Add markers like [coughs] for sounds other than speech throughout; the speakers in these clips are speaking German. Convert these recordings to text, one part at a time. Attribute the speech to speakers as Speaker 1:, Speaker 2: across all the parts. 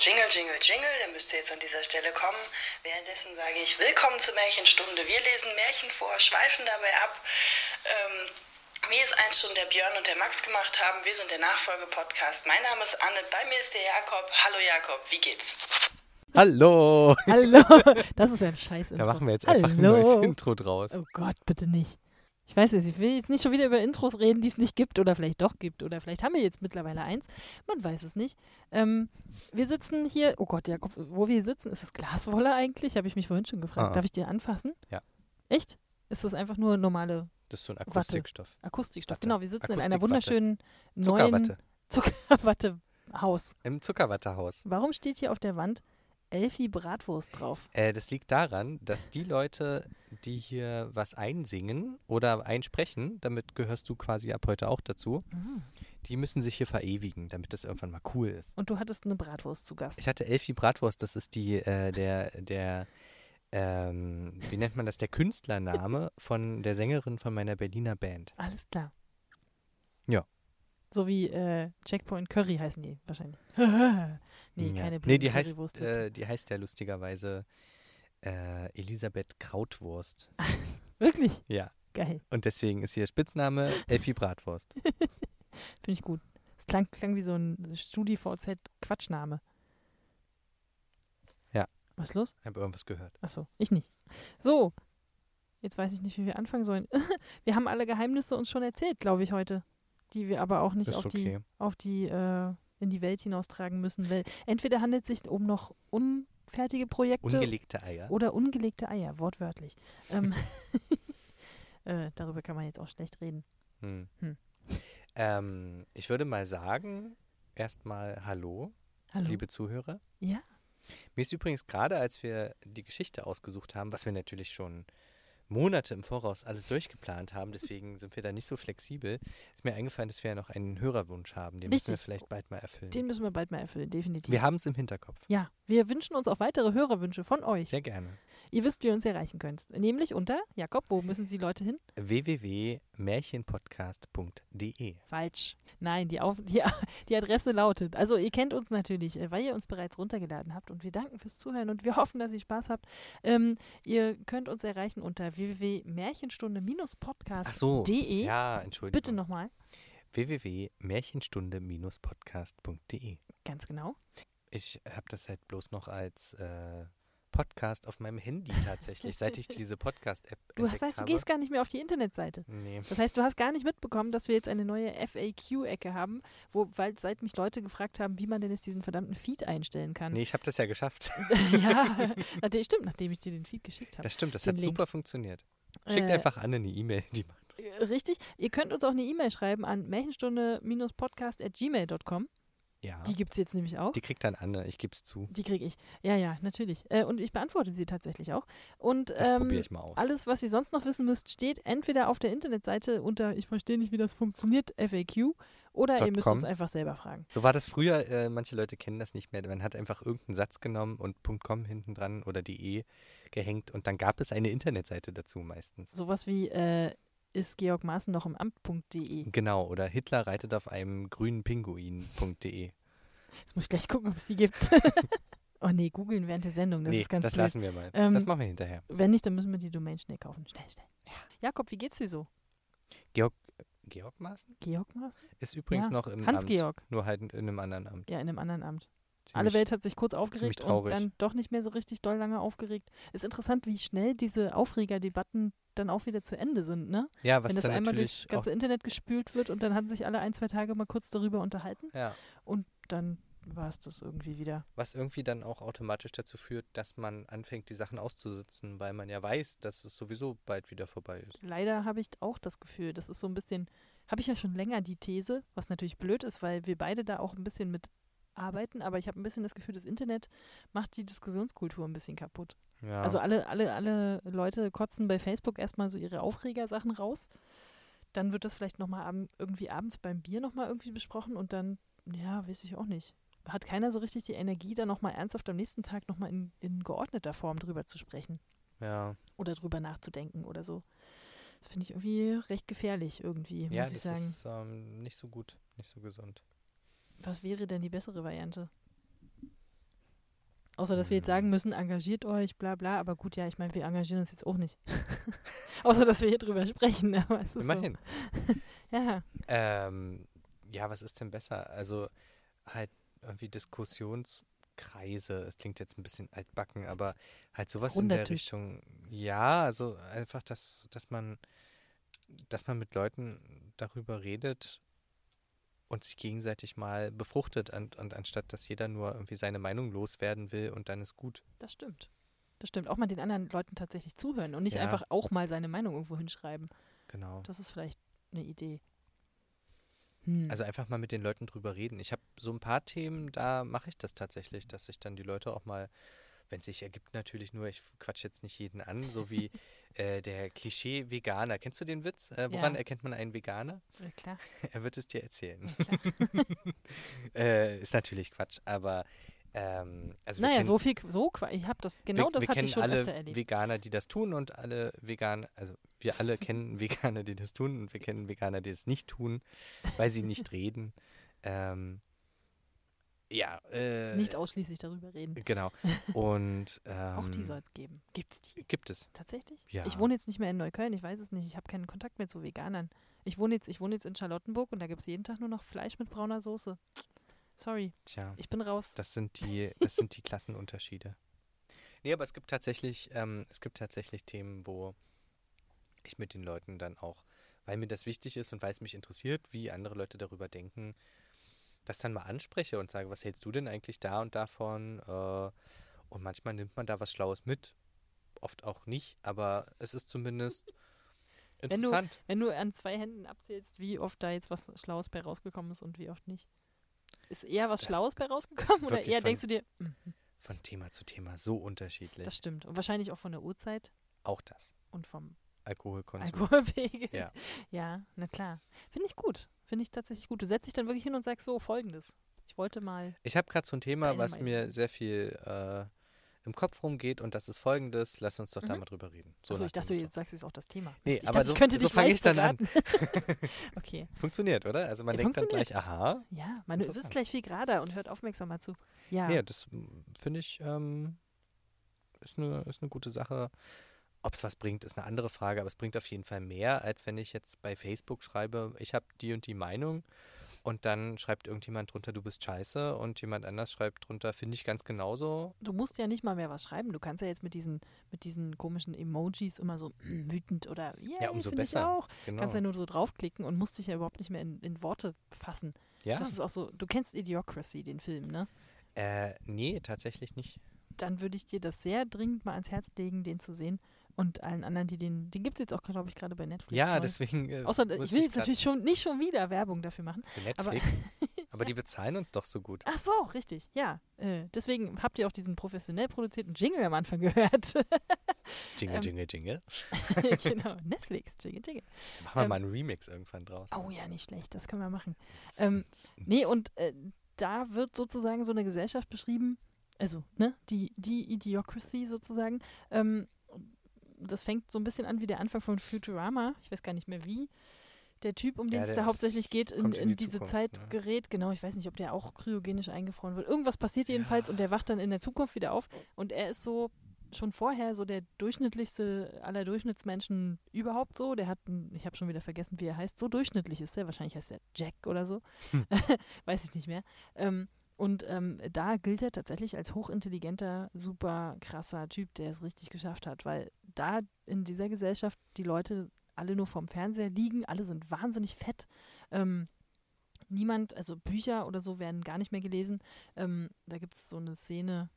Speaker 1: Jingle, Jingle, Jingle, der müsste jetzt an dieser Stelle kommen. Währenddessen sage ich Willkommen zur Märchenstunde. Wir lesen Märchen vor, schweifen dabei ab. Ähm, mir ist eins schon der Björn und der Max gemacht haben. Wir sind der Nachfolge-Podcast. Mein Name ist Anne, bei mir ist der Jakob. Hallo Jakob, wie geht's?
Speaker 2: Hallo! [laughs]
Speaker 3: Hallo, das ist ja ein scheiß Intro.
Speaker 2: Da machen wir jetzt einfach ein neues Intro draus.
Speaker 3: Oh Gott, bitte nicht. Ich weiß es, ich will jetzt nicht schon wieder über Intros reden, die es nicht gibt oder vielleicht doch gibt oder vielleicht haben wir jetzt mittlerweile eins. Man weiß es nicht. Ähm, wir sitzen hier, oh Gott, Jakob, wo wir hier sitzen, ist das Glaswolle eigentlich? Habe ich mich vorhin schon gefragt.
Speaker 2: Ah.
Speaker 3: Darf ich dir anfassen?
Speaker 2: Ja.
Speaker 3: Echt? Ist das einfach nur normale
Speaker 2: Das ist so ein Akustikstoff.
Speaker 3: Akustikstoff?
Speaker 2: Watte.
Speaker 3: Genau, wir sitzen in einer
Speaker 2: Akustikwatte.
Speaker 3: wunderschönen neuen
Speaker 2: Zuckerwatte.
Speaker 3: Zuckerwatte-Haus.
Speaker 2: Im Zuckerwattehaus.
Speaker 3: Warum steht hier auf der Wand Elfi Bratwurst drauf?
Speaker 2: Äh, das liegt daran, dass die Leute, die hier was einsingen oder einsprechen, damit gehörst du quasi ab heute auch dazu, die müssen sich hier verewigen, damit das irgendwann mal cool ist.
Speaker 3: Und du hattest eine Bratwurst zu Gast.
Speaker 2: Ich hatte Elfie Bratwurst, das ist die, äh, der, der, ähm, wie nennt man das, der Künstlername von der Sängerin von meiner Berliner Band.
Speaker 3: Alles klar.
Speaker 2: Ja.
Speaker 3: So wie äh, Checkpoint Curry heißen die wahrscheinlich. [laughs] nee,
Speaker 2: Ja.
Speaker 3: keine blöden
Speaker 2: Nee, die heißt,
Speaker 3: Currywurstwitze.
Speaker 2: äh, die heißt ja lustigerweise äh, Elisabeth Krautwurst.
Speaker 3: Ah. Wirklich
Speaker 2: Ja.
Speaker 3: geil.
Speaker 2: Und deswegen ist ihr
Speaker 3: [laughs]
Speaker 2: Spitzname Elfie Bratwurst.
Speaker 3: Finde ich gut. Es klang, klang wie so ein StudiVZ-Quatschname.
Speaker 2: Ja.
Speaker 3: Was ist los?
Speaker 2: Ich habe irgendwas gehört.
Speaker 3: Achso, ich nicht. So. Jetzt weiß ich nicht, wie wir anfangen sollen. [laughs] wir haben alle Geheimnisse uns schon erzählt, glaube ich, heute. Die wir aber auch nicht
Speaker 2: ist
Speaker 3: auf die
Speaker 2: okay.
Speaker 3: auf die äh, in die Welt hinaustragen müssen. Weil entweder handelt es sich um noch unfertige Projekte
Speaker 2: Ungelegte Eier.
Speaker 3: oder ungelegte Eier, wortwörtlich. Ähm, [laughs] äh, darüber kann man jetzt auch schlecht reden.
Speaker 2: Hm.
Speaker 3: Hm.
Speaker 2: Ähm, ich würde mal sagen, erstmal Hallo,
Speaker 3: Hallo.
Speaker 2: liebe Zuhörer.
Speaker 3: Ja.
Speaker 2: Mir ist übrigens gerade, als wir die Geschichte ausgesucht haben, was wir natürlich schon Monate im Voraus alles durchgeplant haben,
Speaker 3: [laughs]
Speaker 2: deswegen sind wir da nicht so flexibel, ist mir eingefallen, dass wir ja noch einen Hörerwunsch haben. Den müssen wir
Speaker 3: Richtig.
Speaker 2: vielleicht bald mal erfüllen.
Speaker 3: Den müssen wir bald mal erfüllen, definitiv.
Speaker 2: Wir haben es im Hinterkopf.
Speaker 3: ja, wir wünschen uns auch weitere Hörerwünsche von euch.
Speaker 2: Sehr gerne.
Speaker 3: Ihr wisst, wie ihr uns erreichen könnt. Nämlich unter, Jakob, wo müssen die Leute hin?
Speaker 2: www.märchenpodcast.de
Speaker 3: Falsch. Nein, die, auf, die, [laughs] die Adresse lautet. Also ihr kennt uns natürlich, äh, weil ihr uns bereits runtergeladen habt und wir danken fürs Zuhören und wir [laughs] hoffen, dass ihr Spaß habt. Ähm, ihr könnt uns erreichen unter
Speaker 2: Ach so.
Speaker 3: www.märchenstunde-podcast.de.
Speaker 2: Ja, genau. Entschuldigung.
Speaker 3: Bitte nochmal.
Speaker 2: www.märchenstunde-podcast.de
Speaker 3: Ganz genau.
Speaker 2: Ich habe das halt bloß noch als äh, Podcast auf meinem Handy tatsächlich, seit ich diese
Speaker 3: [laughs]
Speaker 2: Podcast-App
Speaker 3: Du hast,
Speaker 2: entdeckt
Speaker 3: heißt, du
Speaker 2: habe.
Speaker 3: gehst gar nicht mehr auf die Internetseite.
Speaker 2: Nee.
Speaker 3: Das heißt, du hast gar nicht mitbekommen, dass wir jetzt eine neue FAQ-Ecke haben, wo, weil seit mich Leute gefragt haben, wie man denn jetzt diesen verdammten Feed einstellen kann.
Speaker 2: Nee, ich habe das ja geschafft.
Speaker 3: [laughs] ja, nachdem, stimmt, nachdem ich dir den Feed geschickt habe.
Speaker 2: [laughs] Das stimmt, das
Speaker 3: Den
Speaker 2: hat
Speaker 3: Link.
Speaker 2: super funktioniert. Schickt
Speaker 3: Äh,
Speaker 2: einfach Anne eine E-Mail. Die macht.
Speaker 3: Äh, Richtig. Ihr könnt uns auch eine E-Mail schreiben an märchenstunde-podcast.gmail.com.
Speaker 2: Ja,
Speaker 3: Die
Speaker 2: die,
Speaker 3: gibt es jetzt nämlich auch. Die,
Speaker 2: kriegt dann Anne, ich gebe es zu.
Speaker 3: kriege ich. Ja, ja, natürlich. Äh, und ich beantworte sie tatsächlich auch. Und
Speaker 2: Das
Speaker 3: ähm,
Speaker 2: probiere ich mal aus.
Speaker 3: alles, was ihr sonst noch wissen müsst, steht entweder auf der Internetseite unter Ich verstehe nicht, wie das funktioniert, FAQ, oder ihr
Speaker 2: Dot
Speaker 3: müsst
Speaker 2: com.
Speaker 3: uns einfach selber fragen.
Speaker 2: So war das früher, äh, manche Leute kennen das nicht mehr. Man hat einfach irgendeinen Satz genommen und .com hinten dran oder .de gehängt und dann gab es eine Internetseite dazu meistens.
Speaker 3: Sowas wie äh, ist Georg Maaßen noch im Amt.de.
Speaker 2: Genau, oder Hitler reitet auf einem grünen Pinguin.de.
Speaker 3: Jetzt muss ich gleich gucken, ob es
Speaker 2: [laughs]
Speaker 3: die gibt. oh nee, googeln während der Sendung, das
Speaker 2: Nee,
Speaker 3: ist ganz
Speaker 2: das
Speaker 3: blöd.
Speaker 2: lassen wir mal.
Speaker 3: Ähm,
Speaker 2: das machen wir hinterher.
Speaker 3: Wenn nicht, dann müssen wir die Domain schnell kaufen. Schnell, schnell. Jakob, wie geht's dir so?
Speaker 2: Georg Maaßen
Speaker 3: Georg Maaßen?
Speaker 2: ist übrigens
Speaker 3: Ja,
Speaker 2: noch im Amt,
Speaker 3: Hans-Georg.
Speaker 2: nur halt in in einem anderen Amt.
Speaker 3: Ja, in einem anderen Amt.
Speaker 2: Ziemlich-
Speaker 3: Alle Welt hat sich kurz aufgeregt und
Speaker 2: traurig.
Speaker 3: dann doch nicht mehr so richtig doll lange aufgeregt. Ist interessant, wie schnell diese Aufregerdebatten dann auch wieder zu Ende sind, ne?
Speaker 2: Ja, was
Speaker 3: Wenn das
Speaker 2: dann
Speaker 3: einmal
Speaker 2: natürlich
Speaker 3: durchs
Speaker 2: auch,
Speaker 3: ganze Internet gespült wird und dann haben sich alle ein, zwei Tage mal kurz darüber unterhalten
Speaker 2: ja,
Speaker 3: und dann war es das irgendwie wieder.
Speaker 2: was irgendwie dann auch automatisch dazu führt, dass man anfängt, die Sachen auszusitzen, weil man ja weiß, dass es sowieso bald wieder vorbei ist.
Speaker 3: Leider habe ich auch das Gefühl, das ist so ein bisschen, habe ich ja schon länger die These, was natürlich blöd ist, weil wir beide da auch ein bisschen mit arbeiten, aber ich habe ein bisschen das Gefühl, das Internet macht die Diskussionskultur ein bisschen kaputt.
Speaker 2: Ja.
Speaker 3: Also alle, alle, alle Leute kotzen bei Facebook erstmal so ihre Aufregersachen raus. Dann wird das vielleicht nochmal ab, irgendwie abends beim Bier nochmal irgendwie besprochen und dann, ja, weiß ich auch nicht. Hat keiner so richtig die Energie, da nochmal ernsthaft am nächsten Tag nochmal in, in geordneter Form drüber zu sprechen
Speaker 2: ja.
Speaker 3: oder drüber nachzudenken oder so. Das finde ich irgendwie recht gefährlich irgendwie,
Speaker 2: Ja,
Speaker 3: muss ich
Speaker 2: das
Speaker 3: sagen.
Speaker 2: ist ähm, nicht so gut, nicht so gesund.
Speaker 3: Was wäre denn die bessere Variante? Außer, dass wir
Speaker 2: Hm.
Speaker 3: jetzt sagen müssen, engagiert euch, bla bla. Aber gut, ja, ich meine, wir engagieren uns jetzt auch nicht. [laughs] Außer, dass wir hier drüber sprechen. [laughs] Aber es ist
Speaker 2: Immerhin.
Speaker 3: So. Ja,
Speaker 2: Ähm, ja, was ist denn besser? Also halt irgendwie Diskussionskreise. Es klingt jetzt ein bisschen altbacken, aber halt sowas in der
Speaker 3: Runder Tisch.
Speaker 2: Richtung. Ja, also einfach, dass, dass man, dass man mit Leuten darüber redet und sich gegenseitig mal befruchtet und, und anstatt, dass jeder nur irgendwie seine Meinung loswerden will und dann ist gut.
Speaker 3: das stimmt. Das stimmt. Auch mal den anderen Leuten tatsächlich zuhören und nicht
Speaker 2: Ja.
Speaker 3: einfach auch mal seine Meinung irgendwo hinschreiben.
Speaker 2: Genau.
Speaker 3: Das ist vielleicht eine Idee. Hm.
Speaker 2: Also einfach mal mit den Leuten drüber reden. Ich habe so ein paar Themen, da mache ich das tatsächlich, dass ich dann die Leute auch mal, wenn es sich ergibt natürlich nur, ich quatsch jetzt nicht jeden an, so
Speaker 3: [laughs]
Speaker 2: wie äh, der Klischee-Veganer. Kennst du den Witz? Äh, woran
Speaker 3: Ja.
Speaker 2: erkennt man einen Veganer? [laughs]
Speaker 3: ja, klar.
Speaker 2: Er wird es dir erzählen.
Speaker 3: Ja, klar.
Speaker 2: [laughs] äh, ist natürlich Quatsch, aber ähm, also wir
Speaker 3: naja,
Speaker 2: kennen,
Speaker 3: so viel, so, qua- ich habe das, genau
Speaker 2: wir,
Speaker 3: das
Speaker 2: wir
Speaker 3: hatte
Speaker 2: kennen
Speaker 3: ich schon
Speaker 2: alle
Speaker 3: öfter erlebt.
Speaker 2: Veganer, die das tun und alle Veganer, also wir alle
Speaker 3: [laughs]
Speaker 2: kennen Veganer, die das tun und wir kennen Veganer, die das nicht tun, weil sie
Speaker 3: [laughs]
Speaker 2: nicht reden. Ähm, ja, äh,
Speaker 3: nicht ausschließlich darüber reden. [laughs]
Speaker 2: genau. Und ähm,
Speaker 3: Auch die soll es geben. Gibt's die?
Speaker 2: gibt es.
Speaker 3: Tatsächlich?
Speaker 2: Ja.
Speaker 3: Ich wohne jetzt nicht mehr in Neukölln, ich weiß es nicht. Ich habe keinen Kontakt mehr zu Veganern. Ich wohne jetzt, ich wohne jetzt in Charlottenburg und da gibt es jeden Tag nur noch Fleisch mit brauner Soße. Sorry,
Speaker 2: Tja,
Speaker 3: ich bin raus.
Speaker 2: das sind die, das sind die Klassenunterschiede. Nee, aber es gibt tatsächlich, ähm, es gibt tatsächlich Themen, wo ich mit den Leuten dann auch, weil mir das wichtig ist und weil es mich interessiert, wie andere Leute darüber denken, das dann mal anspreche und sage, was hältst du denn eigentlich da und davon? Äh, und manchmal nimmt man da was Schlaues mit, oft auch nicht, aber es ist zumindest
Speaker 3: du-
Speaker 2: interessant.
Speaker 3: Wenn du an zwei Händen abzählst, wie oft da jetzt was Schlaues bei rausgekommen ist und wie oft nicht. Ist eher was
Speaker 2: Das-
Speaker 3: Schlaues bei rausgekommen oder
Speaker 2: wirklich
Speaker 3: eher
Speaker 2: von-
Speaker 3: denkst du dir, "Hm,
Speaker 2: Von Thema zu Thema so unterschiedlich.
Speaker 3: das stimmt. Und wahrscheinlich auch von der Uhrzeit
Speaker 2: auch das.
Speaker 3: und vom
Speaker 2: Alkoholkonsum.
Speaker 3: Alkoholpegel.
Speaker 2: Ja.
Speaker 3: [laughs] ja, na klar. Finde ich gut. Finde ich tatsächlich gut. Du setzt dich dann wirklich hin und sagst so folgendes. Ich wollte mal
Speaker 2: Ich habe gerade so ein Thema,
Speaker 3: Deine
Speaker 2: was
Speaker 3: Meinung.
Speaker 2: mir sehr viel äh, im Kopf rumgeht und das ist folgendes, lass uns doch da
Speaker 3: Mhm.
Speaker 2: mal drüber reden. So
Speaker 3: Achso,
Speaker 2: nach
Speaker 3: ich
Speaker 2: dem
Speaker 3: dachte, du
Speaker 2: Motto.
Speaker 3: sagst jetzt auch das Thema.
Speaker 2: Nee,
Speaker 3: Mist, ich
Speaker 2: aber
Speaker 3: dachte,
Speaker 2: so-
Speaker 3: ich könnte
Speaker 2: so
Speaker 3: dich
Speaker 2: fange
Speaker 3: live
Speaker 2: ich dann an.
Speaker 3: beraten. [laughs] okay,
Speaker 2: Funktioniert, oder? Also man
Speaker 3: Ja,
Speaker 2: denkt dann gleich, aha.
Speaker 3: ja, man sitzt
Speaker 2: Interessant.
Speaker 3: gleich viel gerader und hört aufmerksamer zu. Ja,
Speaker 2: Ja, nee, das mm, finde ich ähm, ist eine ist eine gute Sache. Ob es was bringt, ist eine andere Frage, aber es bringt auf jeden Fall mehr, als wenn ich jetzt bei Facebook schreibe, ich habe die und die Meinung und dann schreibt irgendjemand drunter, du bist scheiße und jemand anders schreibt drunter, finde ich ganz genauso.
Speaker 3: du musst ja nicht mal mehr was schreiben. Du kannst ja jetzt mit diesen, mit diesen komischen Emojis immer so [clears throat] wütend oder yay,
Speaker 2: Ja, umso
Speaker 3: find Ich
Speaker 2: besser.
Speaker 3: auch.
Speaker 2: Genau.
Speaker 3: Kannst ja nur so draufklicken und musst dich ja überhaupt nicht mehr in, in Worte fassen.
Speaker 2: ja?
Speaker 3: Das ist auch so, du kennst Idiocracy, den Film, ne?
Speaker 2: Äh, nee, tatsächlich nicht.
Speaker 3: Dann würde ich dir das sehr dringend mal ans Herz legen, den zu sehen. Und allen anderen, die den, den gibt es jetzt auch, glaube ich, gerade bei Netflix.
Speaker 2: Ja,
Speaker 3: neu.
Speaker 2: deswegen. Äh,
Speaker 3: Außer, ich
Speaker 2: musste
Speaker 3: will jetzt
Speaker 2: grad
Speaker 3: natürlich schon, nicht schon wieder Werbung dafür machen.
Speaker 2: Für
Speaker 3: aber- [laughs]
Speaker 2: Netflix. Aber, die bezahlen uns doch so gut.
Speaker 3: Ach so, richtig, ja. Äh, deswegen habt ihr auch diesen professionell produzierten Jingle am Anfang [laughs] gehört.
Speaker 2: Jingle,
Speaker 3: ähm,
Speaker 2: jingle, jingle.
Speaker 3: genau, Netflix, Jingle, Jingle.
Speaker 2: Machen wir
Speaker 3: ähm,
Speaker 2: mal einen Remix irgendwann draus.
Speaker 3: Oh ja, nicht schlecht, das können wir machen. ähm, Nee, und äh, da wird sozusagen so eine Gesellschaft beschrieben, also, ne, die, die Idiocracy sozusagen. Ähm, das fängt so ein bisschen an wie der Anfang von Futurama. Ich weiß gar nicht mehr wie. Der Typ, um den
Speaker 2: Ja,
Speaker 3: es
Speaker 2: der
Speaker 3: da
Speaker 2: ist-
Speaker 3: hauptsächlich geht, in,
Speaker 2: kommt in
Speaker 3: in
Speaker 2: die
Speaker 3: diese
Speaker 2: Zukunft,
Speaker 3: Zeit
Speaker 2: ne?
Speaker 3: gerät. Genau, ich weiß nicht, ob der auch kryogenisch eingefroren wird. Irgendwas passiert jedenfalls
Speaker 2: Ja.
Speaker 3: und der wacht dann in der Zukunft wieder auf. Und er ist so schon vorher so der durchschnittlichste aller Durchschnittsmenschen überhaupt so. Der hat, einen- ich habe schon wieder vergessen, wie er heißt, so durchschnittlich ist er. Wahrscheinlich heißt er Jack oder so. [laughs] Weiß ich nicht mehr. Ähm, und ähm, da gilt er tatsächlich als hochintelligenter, super krasser Typ, der es richtig geschafft hat, weil da in dieser Gesellschaft die Leute alle nur vorm Fernseher liegen, alle sind wahnsinnig fett. Ähm, niemand, also Bücher oder so werden gar nicht mehr gelesen. Ähm, da gibt es so eine Szene,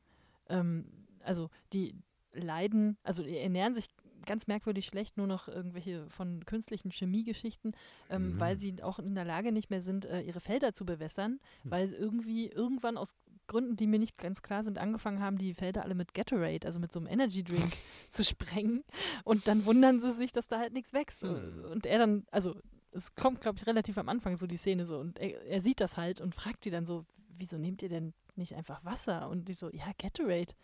Speaker 3: ähm, also die leiden, also die ernähren sich ganz merkwürdig schlecht, nur noch irgendwelche von künstlichen Chemiegeschichten, ähm,
Speaker 2: Mhm.
Speaker 3: weil sie auch in der Lage nicht mehr sind, äh, ihre Felder zu bewässern,
Speaker 2: Hm.
Speaker 3: weil sie irgendwie irgendwann aus Gründen, die mir nicht ganz klar sind, angefangen haben, die Felder alle mit Gatorade, also mit so einem Energy Drink [laughs] zu sprengen. Und dann wundern sie sich, dass da halt nichts wächst.
Speaker 2: Hm.
Speaker 3: Und er dann, also es kommt, glaube ich, relativ am Anfang so die Szene so. Und er, er sieht das halt und fragt die dann so, wieso nehmt ihr denn nicht einfach Wasser? Und die so, ja, Gatorade.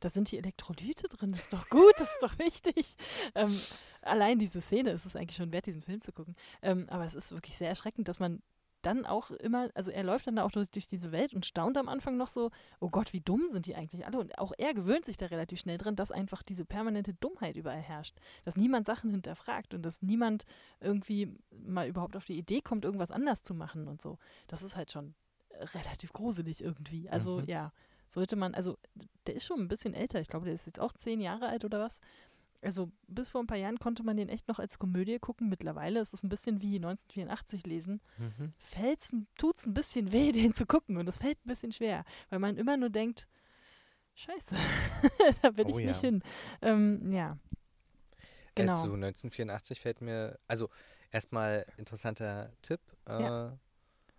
Speaker 3: Da sind die Elektrolyte drin, das ist doch gut, das ist doch wichtig. Ähm, allein diese Szene ist es eigentlich schon wert, diesen Film zu gucken. Ähm, aber es ist wirklich sehr erschreckend, dass man dann auch immer, also er läuft dann da auch durch, durch diese Welt und staunt am Anfang noch so, oh Gott, wie dumm sind die eigentlich alle? Und auch er gewöhnt sich da relativ schnell dran, dass einfach diese permanente Dummheit überall herrscht, dass niemand Sachen hinterfragt und dass niemand irgendwie mal überhaupt auf die Idee kommt, irgendwas anders zu machen und so. Das ist halt schon relativ gruselig irgendwie. Also
Speaker 2: Mhm.
Speaker 3: ja, sollte man, also der ist schon ein bisschen älter, ich glaube, der ist jetzt auch zehn Jahre alt oder was. Also bis vor ein paar Jahren konnte man den echt noch als Komödie gucken. Mittlerweile ist es ein bisschen wie 1984 lesen.
Speaker 2: Mhm.
Speaker 3: Fällt's, ein- tut's ein bisschen weh, [laughs] den zu gucken und das fällt ein bisschen schwer, weil man immer nur denkt, scheiße, [laughs] da will
Speaker 2: Oh
Speaker 3: ich
Speaker 2: ja.
Speaker 3: nicht hin. Ähm, ja,
Speaker 2: Äh,
Speaker 3: Genau.
Speaker 2: zu 1984 fällt mir, also erstmal interessanter Tipp. Äh,
Speaker 3: Ja.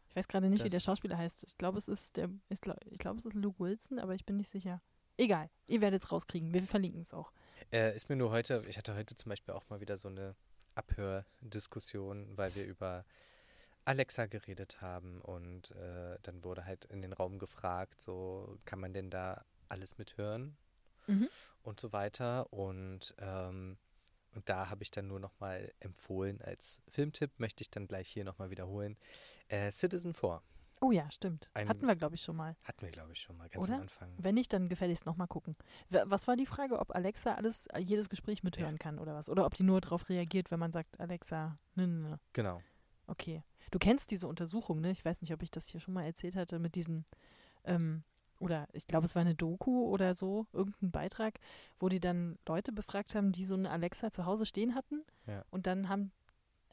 Speaker 3: ich weiß gerade nicht, wie der
Speaker 2: Das-
Speaker 3: Schauspieler heißt. Ich glaube, es ist der, ich glaube, ich glaub, es ist Luke Wilson, aber ich bin nicht sicher. Egal, ihr werdet es rauskriegen. Wir verlinken es auch.
Speaker 2: Äh, ist mir nur heute, ich hatte heute zum Beispiel auch mal wieder so eine Abhördiskussion, weil wir über Alexa geredet haben und äh, dann wurde halt in den Raum gefragt, so kann man denn da alles mithören
Speaker 3: Mhm.
Speaker 2: und so weiter und ähm, und da habe ich dann nur nochmal empfohlen als Filmtipp, möchte ich dann gleich hier nochmal wiederholen. Äh, Citizen 4
Speaker 3: Oh ja, stimmt.
Speaker 2: Ein-
Speaker 3: Hatten wir, glaube ich, schon mal.
Speaker 2: hatten wir, glaube ich, schon mal ganz am
Speaker 3: Oder?
Speaker 2: Anfang.
Speaker 3: Wenn nicht, dann gefälligst nochmal gucken. W- Was war die Frage, ob Alexa alles, äh, jedes Gespräch mithören kann oder was? Oder ob die nur darauf reagiert, wenn man sagt, Alexa, nö, nö, nö.
Speaker 2: Genau.
Speaker 3: Okay. Du kennst diese Untersuchung, ne? Ich weiß nicht, ob ich das hier schon mal erzählt hatte mit diesen, ähm, oder ich glaube, es war eine Doku oder so, irgendein Beitrag, wo die dann Leute befragt haben, die so eine Alexa zu Hause stehen hatten.
Speaker 2: Ja.
Speaker 3: Und dann haben,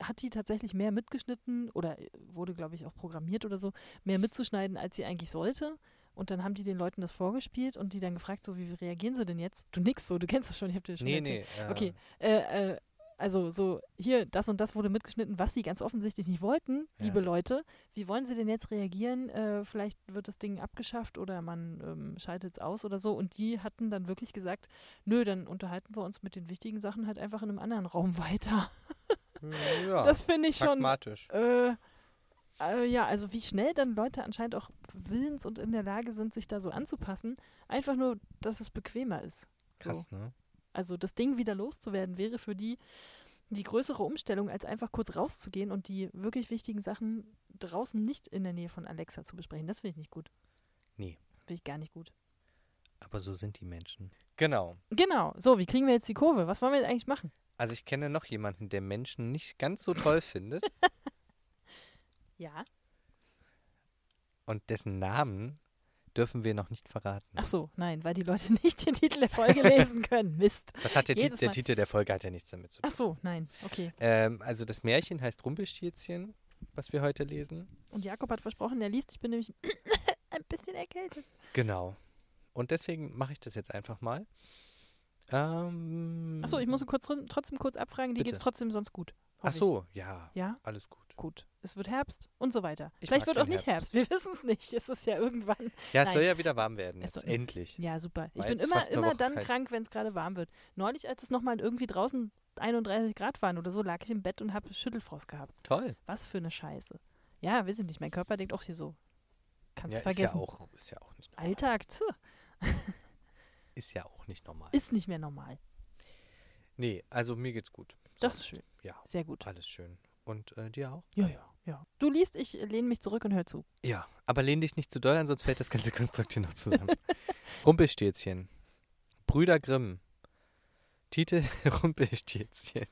Speaker 3: hat die tatsächlich mehr mitgeschnitten oder äh, wurde, glaube ich, auch programmiert oder so, mehr mitzuschneiden, als sie eigentlich sollte. Und dann haben die den Leuten das vorgespielt und die dann gefragt, so, wie reagieren sie denn jetzt? Du nix so, du kennst das schon, ich habe dir schon
Speaker 2: Nee,
Speaker 3: erzählt
Speaker 2: nee. Äh,
Speaker 3: Okay, äh, äh, also so hier, das und das wurde mitgeschnitten, was sie ganz offensichtlich nicht wollten,
Speaker 2: Ja.
Speaker 3: liebe Leute. Wie wollen sie denn jetzt reagieren? Äh, vielleicht wird das Ding abgeschafft oder man ähm, schaltet es aus oder so. Und die hatten dann wirklich gesagt, nö, dann unterhalten wir uns mit den wichtigen Sachen halt einfach in einem anderen Raum [laughs] weiter.
Speaker 2: Ja,
Speaker 3: das finde ich schon.
Speaker 2: pragmatisch.
Speaker 3: Äh, äh, ja, also wie schnell dann Leute anscheinend auch willens und in der Lage sind, sich da so anzupassen, einfach nur, dass es bequemer ist. So.
Speaker 2: Krass, ne?
Speaker 3: Also das Ding wieder loszuwerden wäre für die die größere Umstellung, als einfach kurz rauszugehen und die wirklich wichtigen Sachen draußen nicht in der Nähe von Alexa zu besprechen. Das finde ich nicht gut.
Speaker 2: Nee.
Speaker 3: Finde ich gar nicht gut.
Speaker 2: Aber so sind die Menschen. Genau.
Speaker 3: Genau. So, wie kriegen wir jetzt die Kurve? Was wollen wir jetzt eigentlich machen?
Speaker 2: Also ich kenne noch jemanden, der Menschen nicht ganz so toll
Speaker 3: [laughs]
Speaker 2: findet
Speaker 3: Ja.
Speaker 2: und dessen Namen dürfen wir noch nicht verraten.
Speaker 3: Ach so, nein, weil die Leute [laughs] nicht den Titel der Folge lesen können. Mist.
Speaker 2: Was hat der, Ti
Speaker 3: jedes
Speaker 2: der
Speaker 3: Mal.
Speaker 2: Titel der Folge hat ja nichts damit zu tun.
Speaker 3: Ach so, nein. Okay.
Speaker 2: Ähm, also das Märchen heißt Rumpelstilzchen, was wir heute lesen.
Speaker 3: Und Jakob hat versprochen, er liest. Ich bin nämlich [coughs] ein bisschen erkältet.
Speaker 2: Genau. Und deswegen mache ich das jetzt einfach mal. Ähm,
Speaker 3: Ach so, ich muss kurz, trotzdem kurz abfragen. Dir
Speaker 2: Bitte.
Speaker 3: geht es trotzdem sonst gut. hoffe
Speaker 2: Ach so, ja,
Speaker 3: Ich. Ja?
Speaker 2: alles gut.
Speaker 3: gut, es wird Herbst und so weiter.
Speaker 2: Ich
Speaker 3: Vielleicht
Speaker 2: mag
Speaker 3: wird auch
Speaker 2: den
Speaker 3: nicht Herbst, wir [laughs] wissen es nicht. Es ist ja irgendwann.
Speaker 2: Ja, es soll
Speaker 3: Nein.
Speaker 2: ja wieder warm werden.
Speaker 3: Es
Speaker 2: Jetzt.
Speaker 3: soll-
Speaker 2: Endlich.
Speaker 3: Ja, super. Ich
Speaker 2: War
Speaker 3: bin
Speaker 2: jetzt
Speaker 3: immer,
Speaker 2: fast eine
Speaker 3: immer
Speaker 2: Woche
Speaker 3: dann
Speaker 2: kalt.
Speaker 3: krank, wenn es gerade warm wird. Neulich, als es nochmal irgendwie draußen 31 Grad waren oder so, lag ich im Bett und habe Schüttelfrost gehabt.
Speaker 2: Toll.
Speaker 3: Was für eine Scheiße. Ja, weiß ich nicht. Mein Körper denkt auch hier so. Kannst
Speaker 2: Ja,
Speaker 3: du
Speaker 2: ist ja
Speaker 3: vergessen.
Speaker 2: auch, ist ja auch nicht normal.
Speaker 3: Alltag tch,
Speaker 2: Ist ja auch nicht normal.
Speaker 3: ist nicht mehr normal.
Speaker 2: Nee, also mir geht's gut.
Speaker 3: Das ist
Speaker 2: Sonst,
Speaker 3: schön.
Speaker 2: Ja,
Speaker 3: Sehr gut.
Speaker 2: alles schön. Und äh, dir auch?
Speaker 3: Ja, ja, ja. Du liest, ich lehne mich zurück und hör zu.
Speaker 2: Ja, aber lehn dich nicht zu doll an, sonst fällt das ganze [laughs] Konstrukt hier noch zusammen. Rumpelstilzchen. Brüder Grimm. Titel [laughs] Rumpelstilzchen.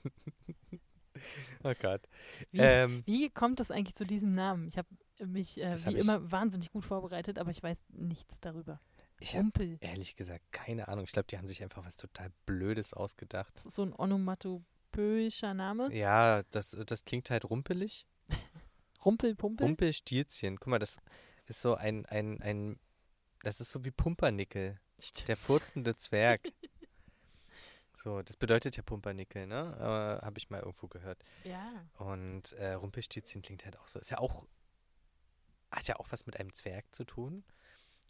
Speaker 2: [laughs] oh Gott.
Speaker 3: Wie-
Speaker 2: Ähm,
Speaker 3: Wie kommt das eigentlich zu diesem Namen? Ich habe mich äh,
Speaker 2: Das
Speaker 3: wie
Speaker 2: hab ich-
Speaker 3: immer wahnsinnig gut vorbereitet, aber ich weiß nichts darüber.
Speaker 2: ich habe
Speaker 3: Rumpel.
Speaker 2: ehrlich gesagt keine Ahnung. Ich glaube, die haben sich einfach was total Blödes ausgedacht.
Speaker 3: Das ist so ein onomatopoeischer
Speaker 2: Hm?
Speaker 3: Name.
Speaker 2: Ja, das, das klingt halt rumpelig.
Speaker 3: Rumpelpumpel.
Speaker 2: Rumpelstilzchen. Guck mal, das ist so ein, ein, ein, das ist so wie Pumpernickel.
Speaker 3: Stimmt.
Speaker 2: Der furzende Zwerg. So, das bedeutet ja Pumpernickel, ne? Äh, Habe ich mal irgendwo gehört.
Speaker 3: ja.
Speaker 2: Und äh, Rumpelstilzchen klingt halt auch so. Ist ja auch, hat ja auch was mit einem Zwerg zu tun.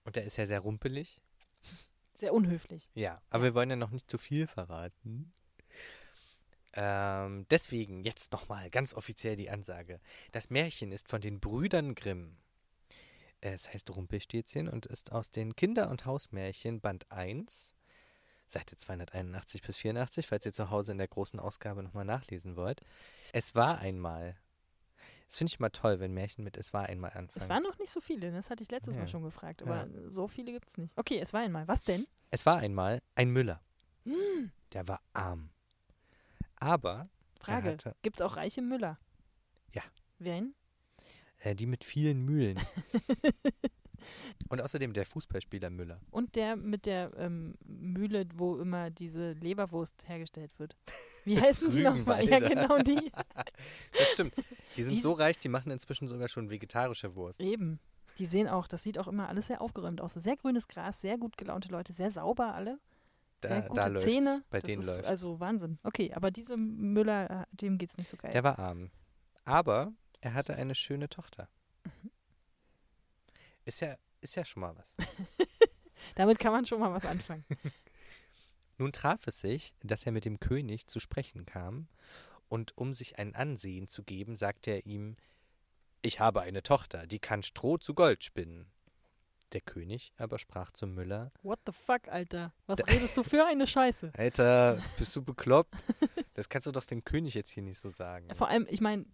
Speaker 2: Und der ist ja sehr rumpelig.
Speaker 3: Sehr unhöflich.
Speaker 2: Ja, aber wir wollen ja noch nicht zu viel verraten. Ähm, deswegen jetzt nochmal ganz offiziell die Ansage. Das Märchen ist von den Brüdern Grimm. Es heißt Rumpelstilzchen und ist aus den Kinder- und Hausmärchen Band 1, Seite 281 bis 84, falls ihr zu Hause in der großen Ausgabe nochmal nachlesen wollt. Es war einmal. Das finde ich immer toll, wenn Märchen mit Es war einmal anfangen.
Speaker 3: Es waren noch nicht so viele, ne? das hatte ich letztes
Speaker 2: Ja.
Speaker 3: Mal schon gefragt,
Speaker 2: Ja.
Speaker 3: aber so viele gibt es nicht. Okay, es war einmal. Was denn? Hm,
Speaker 2: Es war einmal ein Müller. Der war arm. Aber
Speaker 3: Frage.
Speaker 2: hatte-
Speaker 3: Gibt es auch reiche Müller?
Speaker 2: Ja.
Speaker 3: Wen?
Speaker 2: äh, die mit vielen Mühlen.
Speaker 3: [laughs]
Speaker 2: Und außerdem der Fußballspieler Müller.
Speaker 3: Und der mit der ähm, Mühle, wo immer diese Leberwurst hergestellt wird.
Speaker 2: [laughs]
Speaker 3: Wie heißen die nochmal? Ja,
Speaker 2: Rügenwalder.
Speaker 3: genau die. [laughs]
Speaker 2: Das stimmt. Die sind
Speaker 3: Die-
Speaker 2: so reich, die machen inzwischen sogar schon vegetarische Wurst.
Speaker 3: Eben. Die sehen auch, das sieht auch immer alles sehr aufgeräumt aus. Sehr grünes Gras, sehr gut gelaunte Leute, sehr sauber alle.
Speaker 2: Da,
Speaker 3: sehr
Speaker 2: da
Speaker 3: gute
Speaker 2: läuft's.
Speaker 3: Zähne.
Speaker 2: Bei
Speaker 3: das
Speaker 2: denen
Speaker 3: ist
Speaker 2: läuft's.
Speaker 3: Also Wahnsinn. Okay, aber diesem Müller, äh, dem geht's nicht so geil.
Speaker 2: Der war arm. Aber er hatte eine schöne Tochter.
Speaker 3: Mhm.
Speaker 2: Ist ja, ist ja schon mal was.
Speaker 3: Damit kann man schon mal
Speaker 2: [laughs]
Speaker 3: was anfangen.
Speaker 2: Nun traf es sich, dass er mit dem König zu sprechen kam, und um sich ein Ansehen zu geben, sagte er ihm Ich habe eine Tochter, die kann Stroh zu Gold spinnen. Der König aber sprach zum Müller
Speaker 3: What the fuck, Alter? Was redest du für eine Scheiße?
Speaker 2: [laughs] Alter, bist du bekloppt? Das kannst du doch dem König jetzt hier nicht so sagen.
Speaker 3: Ja, Vor allem, ich meine,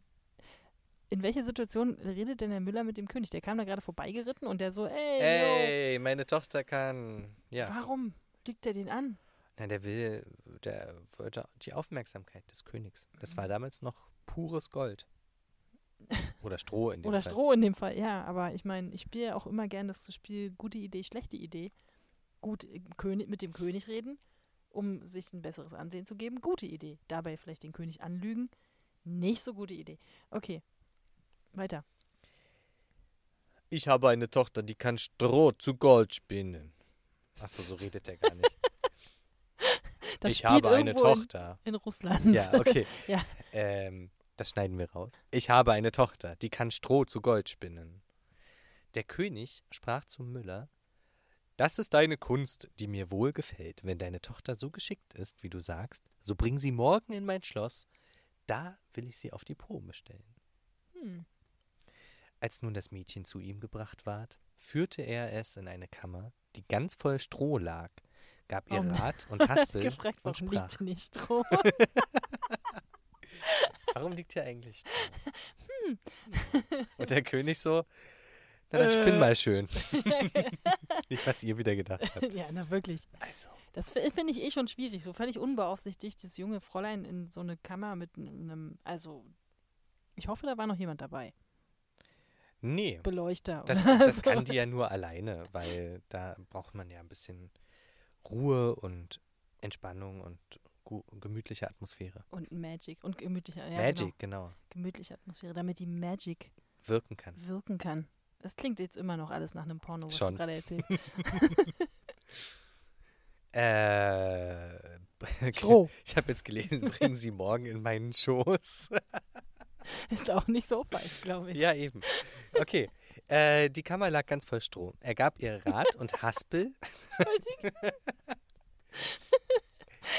Speaker 3: in welcher Situation redet denn der Müller mit dem König? Der kam da gerade vorbeigeritten und der so, ey, yo,
Speaker 2: Ey, meine Tochter kann. Ja.
Speaker 3: warum lügt er den an?
Speaker 2: Nein, der will, der wollte die Aufmerksamkeit des Königs.
Speaker 3: Mhm.
Speaker 2: Das war damals noch pures
Speaker 3: [laughs]
Speaker 2: Gold. Oder Stroh in dem
Speaker 3: Oder
Speaker 2: Fall.
Speaker 3: Stroh in dem Fall, ja, aber ich meine, ich spiele auch immer gern das Spiel gute Idee, schlechte Idee. Gut, äh, König, mit dem König reden, um sich ein besseres Ansehen zu geben. Gute Idee. Dabei vielleicht den König anlügen. Nicht so gute Idee. Okay, weiter.
Speaker 2: Ich habe eine Tochter, die kann Stroh zu Gold spinnen. Achso, so redet er gar nicht.
Speaker 3: [laughs] Das
Speaker 2: ich
Speaker 3: spielt
Speaker 2: habe eine
Speaker 3: irgendwo in-
Speaker 2: Tochter.
Speaker 3: In Russland.
Speaker 2: Ja, okay.
Speaker 3: Ja.
Speaker 2: Ähm, das schneiden wir raus. Ich habe eine Tochter, die kann Stroh zu Gold spinnen. Der König sprach zum Müller: Das ist deine Kunst, die mir wohl gefällt. Wenn deine Tochter so geschickt ist, wie du sagst, so bring sie morgen in mein Schloss. Da will ich sie auf die Probe stellen.
Speaker 3: [laughs] Hm.
Speaker 2: Als nun das Mädchen zu ihm gebracht ward, führte er es in eine Kammer, die ganz voll Stroh lag, gab ihr
Speaker 3: Warum?
Speaker 2: Rat
Speaker 3: [laughs]
Speaker 2: und Haspel
Speaker 3: gefragt,
Speaker 2: und
Speaker 3: warum
Speaker 2: sprach.
Speaker 3: liegt
Speaker 2: [laughs]
Speaker 3: nicht Stroh?
Speaker 2: Warum liegt hier eigentlich Stroh?
Speaker 3: Hm.
Speaker 2: Und
Speaker 3: [laughs]
Speaker 2: der König so, na dann spinn
Speaker 3: Äh.
Speaker 2: mal schön. [laughs] Nicht, was ihr wieder gedacht
Speaker 3: [laughs]
Speaker 2: habt.
Speaker 3: ja, na wirklich.
Speaker 2: Also,
Speaker 3: Das fi- finde ich eh schon schwierig. So völlig unbeaufsichtigt, das junge Fräulein in so eine Kammer mit einem. Also, ich hoffe, da war noch jemand dabei.
Speaker 2: nee,
Speaker 3: Beleuchter. [laughs]
Speaker 2: das,
Speaker 3: oder
Speaker 2: das
Speaker 3: so.
Speaker 2: kann die ja nur alleine, weil da braucht man ja ein bisschen Ruhe und Entspannung und gu- gemütliche Atmosphäre.
Speaker 3: Und Magic. Und gemütliche, ja, Genau,
Speaker 2: Magic, genau.
Speaker 3: gemütliche Atmosphäre, damit die Magic
Speaker 2: Wirken kann.
Speaker 3: wirken kann. Das klingt jetzt immer noch alles nach einem Porno, was
Speaker 2: Schon.
Speaker 3: du gerade
Speaker 2: [laughs]
Speaker 3: erzählst. [laughs]
Speaker 2: Äh, [laughs]
Speaker 3: Stroh.
Speaker 2: ich habe jetzt gelesen, bringen Sie morgen in meinen
Speaker 3: [laughs]
Speaker 2: Schoß.
Speaker 3: Ist auch nicht so falsch, glaube ich.
Speaker 2: ja, eben. Okay. Äh, die Kammer lag ganz voll Stroh. Er gab ihr Rat und
Speaker 3: [laughs]
Speaker 2: Haspel.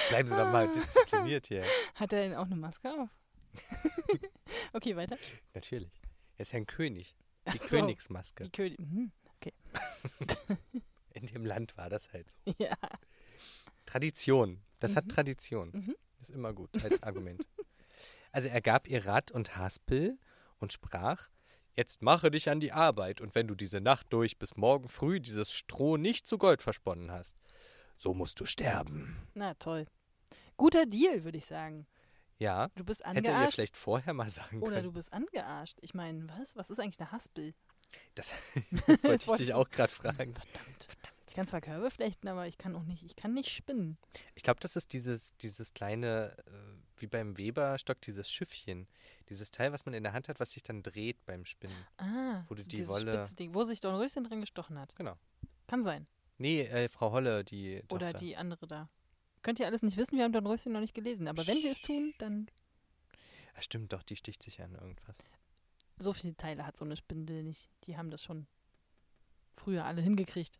Speaker 2: Bleiben Sie doch mal diszipliniert hier.
Speaker 3: Hat er denn auch eine
Speaker 2: [laughs]
Speaker 3: Maske auf? okay, weiter.
Speaker 2: Natürlich. Er ist ja ein König. Die
Speaker 3: Ach so.
Speaker 2: Königsmaske.
Speaker 3: Die König. Mhm.
Speaker 2: [laughs] In dem Land war das halt so.
Speaker 3: [laughs] Ja.
Speaker 2: Tradition. Das hat Tradition.
Speaker 3: Mhm.
Speaker 2: Ist immer gut als Argument.
Speaker 3: [laughs]
Speaker 2: also er gab ihr Rat und Haspel und sprach, jetzt mache dich an die Arbeit und wenn du diese Nacht durch bis morgen früh dieses Stroh nicht zu Gold versponnen hast, so musst du sterben.
Speaker 3: Na toll. Guter Deal, würde ich sagen.
Speaker 2: Ja,
Speaker 3: Du bist
Speaker 2: hätte er ihr
Speaker 3: angearscht.
Speaker 2: vielleicht vorher mal sagen
Speaker 3: Oder du
Speaker 2: können.
Speaker 3: bist angearscht. Ich meine, was? Was ist eigentlich eine Haspel? [laughs]
Speaker 2: Das
Speaker 3: Das
Speaker 2: wollte ich
Speaker 3: wolltest
Speaker 2: dich
Speaker 3: du-
Speaker 2: auch gerade fragen.
Speaker 3: Verdammt. Ich kann zwar Körbe flechten, aber ich kann auch nicht, ich kann nicht spinnen.
Speaker 2: Ich glaube, das ist dieses, dieses kleine, äh, wie beim Weberstock, dieses Schiffchen. Dieses Teil, was man in der Hand hat, was sich dann dreht beim Spinnen.
Speaker 3: Ah,
Speaker 2: Wo du
Speaker 3: so
Speaker 2: die
Speaker 3: dieses
Speaker 2: Wolle-
Speaker 3: spitze Ding, wo sich Don Röschen drin gestochen hat.
Speaker 2: Genau.
Speaker 3: Kann sein.
Speaker 2: Nee, äh, Frau Holle, die Tochter.
Speaker 3: Oder die andere da. Könnt ihr alles nicht wissen, wir haben Don Röschen noch nicht gelesen. Aber wenn wir es tun, dann
Speaker 2: Ah, stimmt doch, die sticht sich an irgendwas.
Speaker 3: so viele Teile hat so eine Spindel nicht. Die haben das schon früher alle hingekriegt.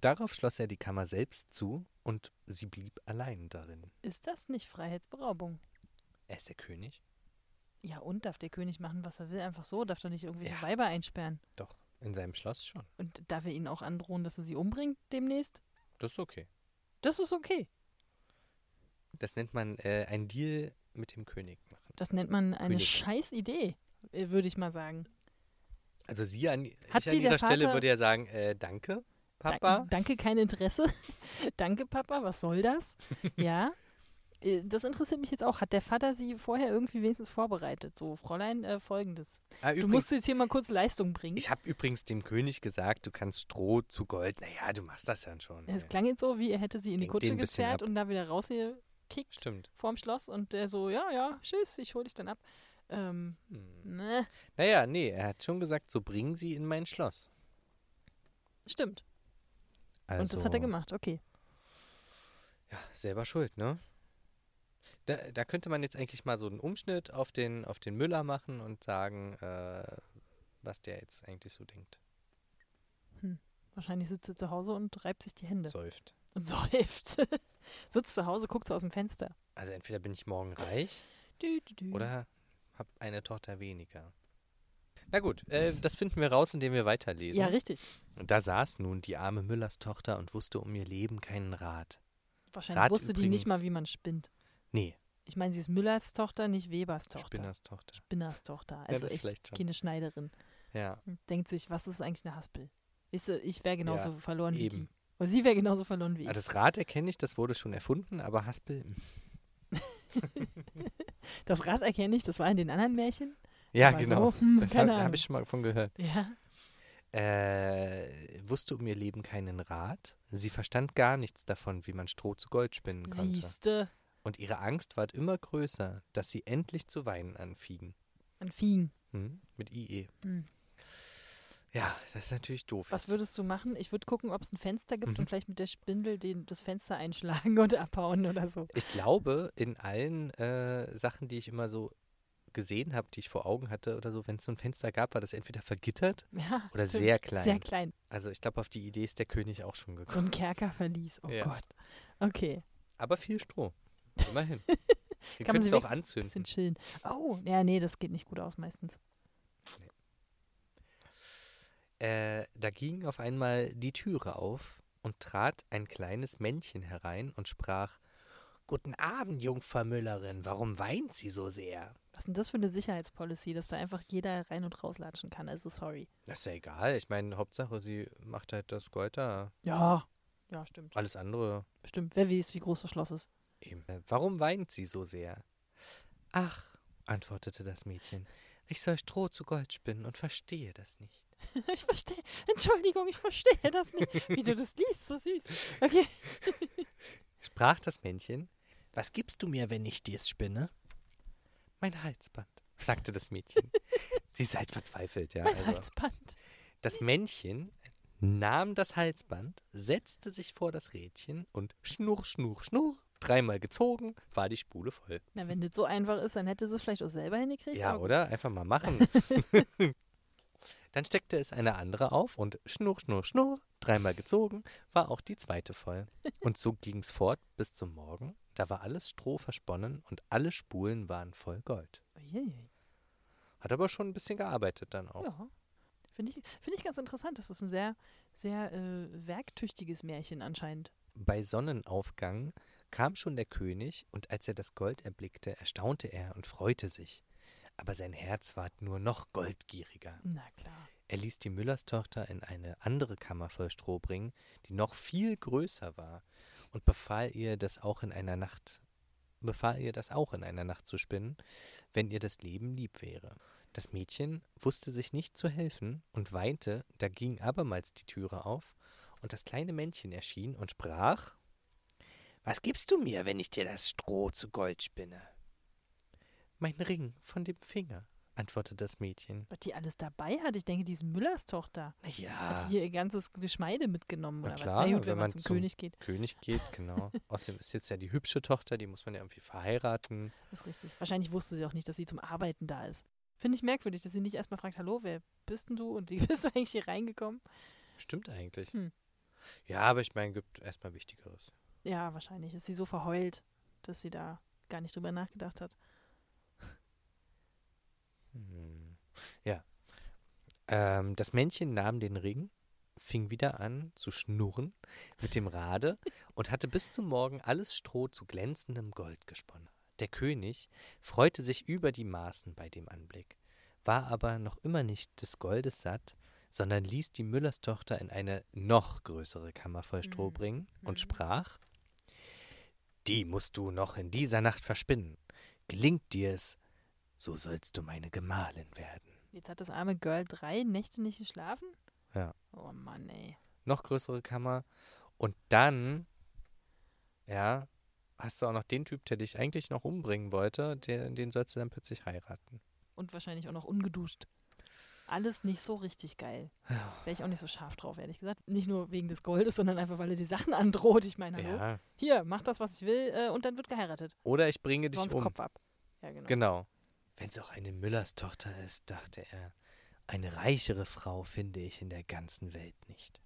Speaker 2: Darauf schloss er die Kammer selbst zu und sie blieb allein darin.
Speaker 3: Ist das nicht Freiheitsberaubung?
Speaker 2: Er ist der König?
Speaker 3: Ja, und darf der König machen, was er will, einfach so, darf doch nicht irgendwelche
Speaker 2: Ja.
Speaker 3: Weiber einsperren.
Speaker 2: Doch, in seinem Schloss schon.
Speaker 3: Und darf er ihnen auch androhen, dass er sie umbringt demnächst?
Speaker 2: Das ist okay.
Speaker 3: Das ist okay.
Speaker 2: Das nennt man äh, ein Deal mit dem König machen.
Speaker 3: Das nennt man eine
Speaker 2: König.
Speaker 3: Scheißidee, äh, würde ich mal sagen.
Speaker 2: Also sie an,
Speaker 3: Hat
Speaker 2: ich
Speaker 3: sie
Speaker 2: an dieser
Speaker 3: der
Speaker 2: Stelle
Speaker 3: Vater-
Speaker 2: würde ja sagen, äh, danke,
Speaker 3: Dan-
Speaker 2: Papa.
Speaker 3: danke, kein Interesse. [laughs] danke, Papa, was soll
Speaker 2: [laughs]
Speaker 3: das? ja. Äh, Das interessiert mich jetzt auch. Hat der Vater sie vorher irgendwie wenigstens vorbereitet? So, Fräulein, äh, folgendes.
Speaker 2: Ah,
Speaker 3: du musst jetzt hier mal kurz Leistung bringen.
Speaker 2: ich habe übrigens dem König gesagt, du kannst Stroh zu Gold. Naja, du machst das dann schon.
Speaker 3: Es
Speaker 2: Ja.
Speaker 3: klang jetzt so, wie er hätte sie in die
Speaker 2: Lenkt
Speaker 3: Kutsche
Speaker 2: den ein bisschen
Speaker 3: gezerrt
Speaker 2: ab.
Speaker 3: und da wieder rausgekickt
Speaker 2: Stimmt.
Speaker 3: vorm Schloss und der so, ja, ja, tschüss, ich hol dich dann ab. Ähm,
Speaker 2: Hm.
Speaker 3: ne,
Speaker 2: Naja, nee, er hat schon gesagt, so bring sie in mein Schloss.
Speaker 3: stimmt.
Speaker 2: Also,
Speaker 3: Und das hat er gemacht, okay.
Speaker 2: Ja, selber schuld, ne? Da, da könnte man jetzt eigentlich mal so einen Umschnitt auf den, auf den Müller machen und sagen, äh, was der jetzt eigentlich so denkt.
Speaker 3: Wahrscheinlich sitzt er zu Hause und reibt sich die Hände
Speaker 2: Seufzt.
Speaker 3: und [laughs] säuft. sitzt zu Hause, guckt so aus dem Fenster.
Speaker 2: Also entweder bin ich morgen reich
Speaker 3: Dü, dü, dü.
Speaker 2: Oder hab eine Tochter weniger. Na gut, äh, das finden wir raus, indem wir weiterlesen.
Speaker 3: ja, richtig.
Speaker 2: und da saß nun die arme Müllers Tochter und wusste um ihr Leben keinen Rat.
Speaker 3: Wahrscheinlich
Speaker 2: Rat
Speaker 3: wusste die nicht
Speaker 2: übrigens-
Speaker 3: mal, wie man spinnt.
Speaker 2: Nee,
Speaker 3: Ich meine, sie ist Müllers Tochter, nicht Webers Tochter.
Speaker 2: Spinners Tochter.
Speaker 3: Spinners Tochter. Also
Speaker 2: das vielleicht
Speaker 3: echt
Speaker 2: schon.
Speaker 3: keine Schneiderin.
Speaker 2: Ja,
Speaker 3: Denkt sich, was ist eigentlich eine Haspel? Weißt du, ich wäre genauso verloren wie
Speaker 2: eben.
Speaker 3: die. Oder sie wäre genauso verloren wie ich.
Speaker 2: Ah, das Rad erkenne ich, das wurde schon erfunden, aber Haspel. mm.
Speaker 3: Das Rad erkenne ich, das war in den anderen Märchen.
Speaker 2: Ja,
Speaker 3: War
Speaker 2: genau.
Speaker 3: So,
Speaker 2: [laughs]
Speaker 3: hm,
Speaker 2: Das
Speaker 3: keine
Speaker 2: habe
Speaker 3: Ahnung.
Speaker 2: hab ich schon mal von gehört.
Speaker 3: ja,
Speaker 2: Äh, wusste um ihr Leben keinen Rat. Sie verstand gar nichts davon, wie man Stroh zu Gold spinnen konnte.
Speaker 3: siehste,
Speaker 2: Und ihre Angst ward immer größer, dass sie endlich zu weinen anfingen.
Speaker 3: an Viehen.
Speaker 2: Hm? Mit IE.
Speaker 3: Hm.
Speaker 2: Ja, das ist natürlich doof.
Speaker 3: Was
Speaker 2: jetzt.
Speaker 3: würdest du machen? Ich würde gucken, ob es ein Fenster gibt
Speaker 2: Mhm.
Speaker 3: und vielleicht mit der Spindel den, das Fenster einschlagen und abhauen oder so.
Speaker 2: ich glaube, in allen äh, Sachen, die ich immer so gesehen habe, die ich vor Augen hatte oder so, wenn es so ein Fenster gab, war das entweder vergittert.
Speaker 3: Ja,
Speaker 2: Oder
Speaker 3: stimmt.
Speaker 2: sehr klein.
Speaker 3: Sehr klein.
Speaker 2: Also ich glaube, auf die Idee ist der König auch schon
Speaker 3: So
Speaker 2: gekommen.
Speaker 3: ein Kerkerverlies. Oh
Speaker 2: Ja.
Speaker 3: Gott. Okay.
Speaker 2: Aber viel Stroh.
Speaker 3: [laughs]
Speaker 2: Immerhin. Wir
Speaker 3: Kann man
Speaker 2: können
Speaker 3: sie
Speaker 2: es auch
Speaker 3: wenigstens Ein
Speaker 2: anzünden.
Speaker 3: bisschen chillen. Oh, ja, nee, das geht nicht gut aus meistens.
Speaker 2: Äh, da ging auf einmal die Türe auf und trat ein kleines Männchen herein und sprach: Guten Abend, Jungfer Müllerin, warum weint sie so sehr?
Speaker 3: Was ist denn das für eine Sicherheitspolicy, dass da einfach jeder rein und rauslatschen kann? Also sorry.
Speaker 2: Das ist ja egal. Ich meine, Hauptsache, sie macht halt das Gold da.
Speaker 3: Ja. Ja, stimmt.
Speaker 2: Alles andere
Speaker 3: Bestimmt. Wer weiß, wie groß das Schloss ist. [laughs]
Speaker 2: eben. Äh, Warum weint sie so sehr? Ach, antwortete das Mädchen, ich soll Stroh zu Gold spinnen und verstehe das nicht.
Speaker 3: Ich verstehe. Entschuldigung, ich verstehe das nicht. Wie du das liest, so süß. Okay.
Speaker 2: Sprach das Männchen, was gibst du mir, wenn ich dir's spinne? Mein Halsband, sagte das
Speaker 3: [laughs]
Speaker 2: Mädchen. Sie seid verzweifelt, ja.
Speaker 3: Mein
Speaker 2: Also.
Speaker 3: Halsband.
Speaker 2: Das Männchen nahm das Halsband, setzte sich vor das Rädchen und schnurr, schnurr, schnurr, dreimal gezogen, war die Spule voll.
Speaker 3: Na, wenn das so einfach ist, dann hätte sie es vielleicht auch selber hingekriegt.
Speaker 2: Ja,
Speaker 3: aber-
Speaker 2: oder? Einfach mal
Speaker 3: [laughs]
Speaker 2: machen. [laughs] Dann steckte es eine andere auf und schnurr, schnurr, schnurr, dreimal gezogen, war auch die zweite voll. Und so ging's fort bis zum Morgen. Da war alles Stroh versponnen und alle Spulen waren voll Gold.
Speaker 3: Uiuiui.
Speaker 2: Hat aber schon ein bisschen gearbeitet dann auch.
Speaker 3: Ja. Finde ich, finde ich ganz interessant. Das ist ein sehr, sehr äh, werktüchtiges Märchen anscheinend.
Speaker 2: Bei Sonnenaufgang kam schon der König, und als er das Gold erblickte, erstaunte er und freute sich. Aber sein Herz ward nur noch goldgieriger.
Speaker 3: Na klar.
Speaker 2: Er ließ die Müllerstochter in eine andere Kammer voll Stroh bringen, die noch viel größer war, und befahl ihr, das auch in einer Nacht befahl ihr, das auch in einer Nacht zu spinnen, wenn ihr das Leben lieb wäre. Das Mädchen wusste sich nicht zu helfen und weinte, da ging abermals die Türe auf, und das kleine Männchen erschien und sprach Was gibst du mir, wenn ich dir das Stroh zu Gold spinne? Mein Ring von dem Finger, antwortete das Mädchen.
Speaker 3: Was die alles dabei hat, ich denke, die ist Müllers Tochter.
Speaker 2: Na
Speaker 3: Hat
Speaker 2: ja.
Speaker 3: sie hier ihr ganzes Geschmeide mitgenommen
Speaker 2: Ah. Na
Speaker 3: oder
Speaker 2: klar,
Speaker 3: was? Na gut, wenn,
Speaker 2: wenn
Speaker 3: man
Speaker 2: man
Speaker 3: zum,
Speaker 2: zum-
Speaker 3: König geht,
Speaker 2: König geht, genau. Außerdem ist jetzt ja die hübsche Tochter, die muss man ja irgendwie verheiraten.
Speaker 3: ist richtig. Wahrscheinlich wusste sie auch nicht, dass sie zum Arbeiten da ist. Finde ich merkwürdig, dass sie nicht erstmal fragt, hallo, wer bist denn du und wie [laughs] bist du eigentlich hier reingekommen?
Speaker 2: Stimmt eigentlich.
Speaker 3: Hm.
Speaker 2: Ja, aber ich meine, gibt erstmal Wichtigeres.
Speaker 3: Ja, wahrscheinlich ist sie so verheult, dass sie da gar nicht drüber nachgedacht hat.
Speaker 2: Hm. Ja. Ähm, das Männchen nahm den Ring, fing wieder an zu schnurren mit dem Rade und hatte bis zum Morgen alles Stroh zu glänzendem Gold gesponnen. der König, freute sich über die Maßen bei dem Anblick, war aber noch immer nicht des Goldes satt, sondern ließ die Müllerstochter in eine noch größere Kammer voll Stroh bringen und sprach Die musst du noch in dieser Nacht verspinnen. Gelingt dir es, so sollst du meine Gemahlin werden.
Speaker 3: Jetzt hat das arme Girl drei Nächte nicht geschlafen?
Speaker 2: Ja.
Speaker 3: Oh Mann, ey.
Speaker 2: noch größere Kammer. Und dann, ja, hast du auch noch den Typ, der dich eigentlich noch umbringen wollte, der, den sollst du dann plötzlich heiraten.
Speaker 3: Und wahrscheinlich auch noch ungeduscht. Alles nicht so richtig geil. Wäre ich auch nicht so scharf drauf, ehrlich gesagt. Nicht nur wegen des Goldes, sondern einfach, weil er die Sachen androht. Ich meine, hallo.
Speaker 2: Ja.
Speaker 3: Hier, mach das, was ich will äh, und dann wird geheiratet.
Speaker 2: Oder ich bringe dich
Speaker 3: Sonst
Speaker 2: um.
Speaker 3: Kopf ab. Ja, genau.
Speaker 2: Genau. Wenn es auch eine Müllers Tochter ist, dachte er, eine reichere Frau finde ich in der ganzen Welt nicht.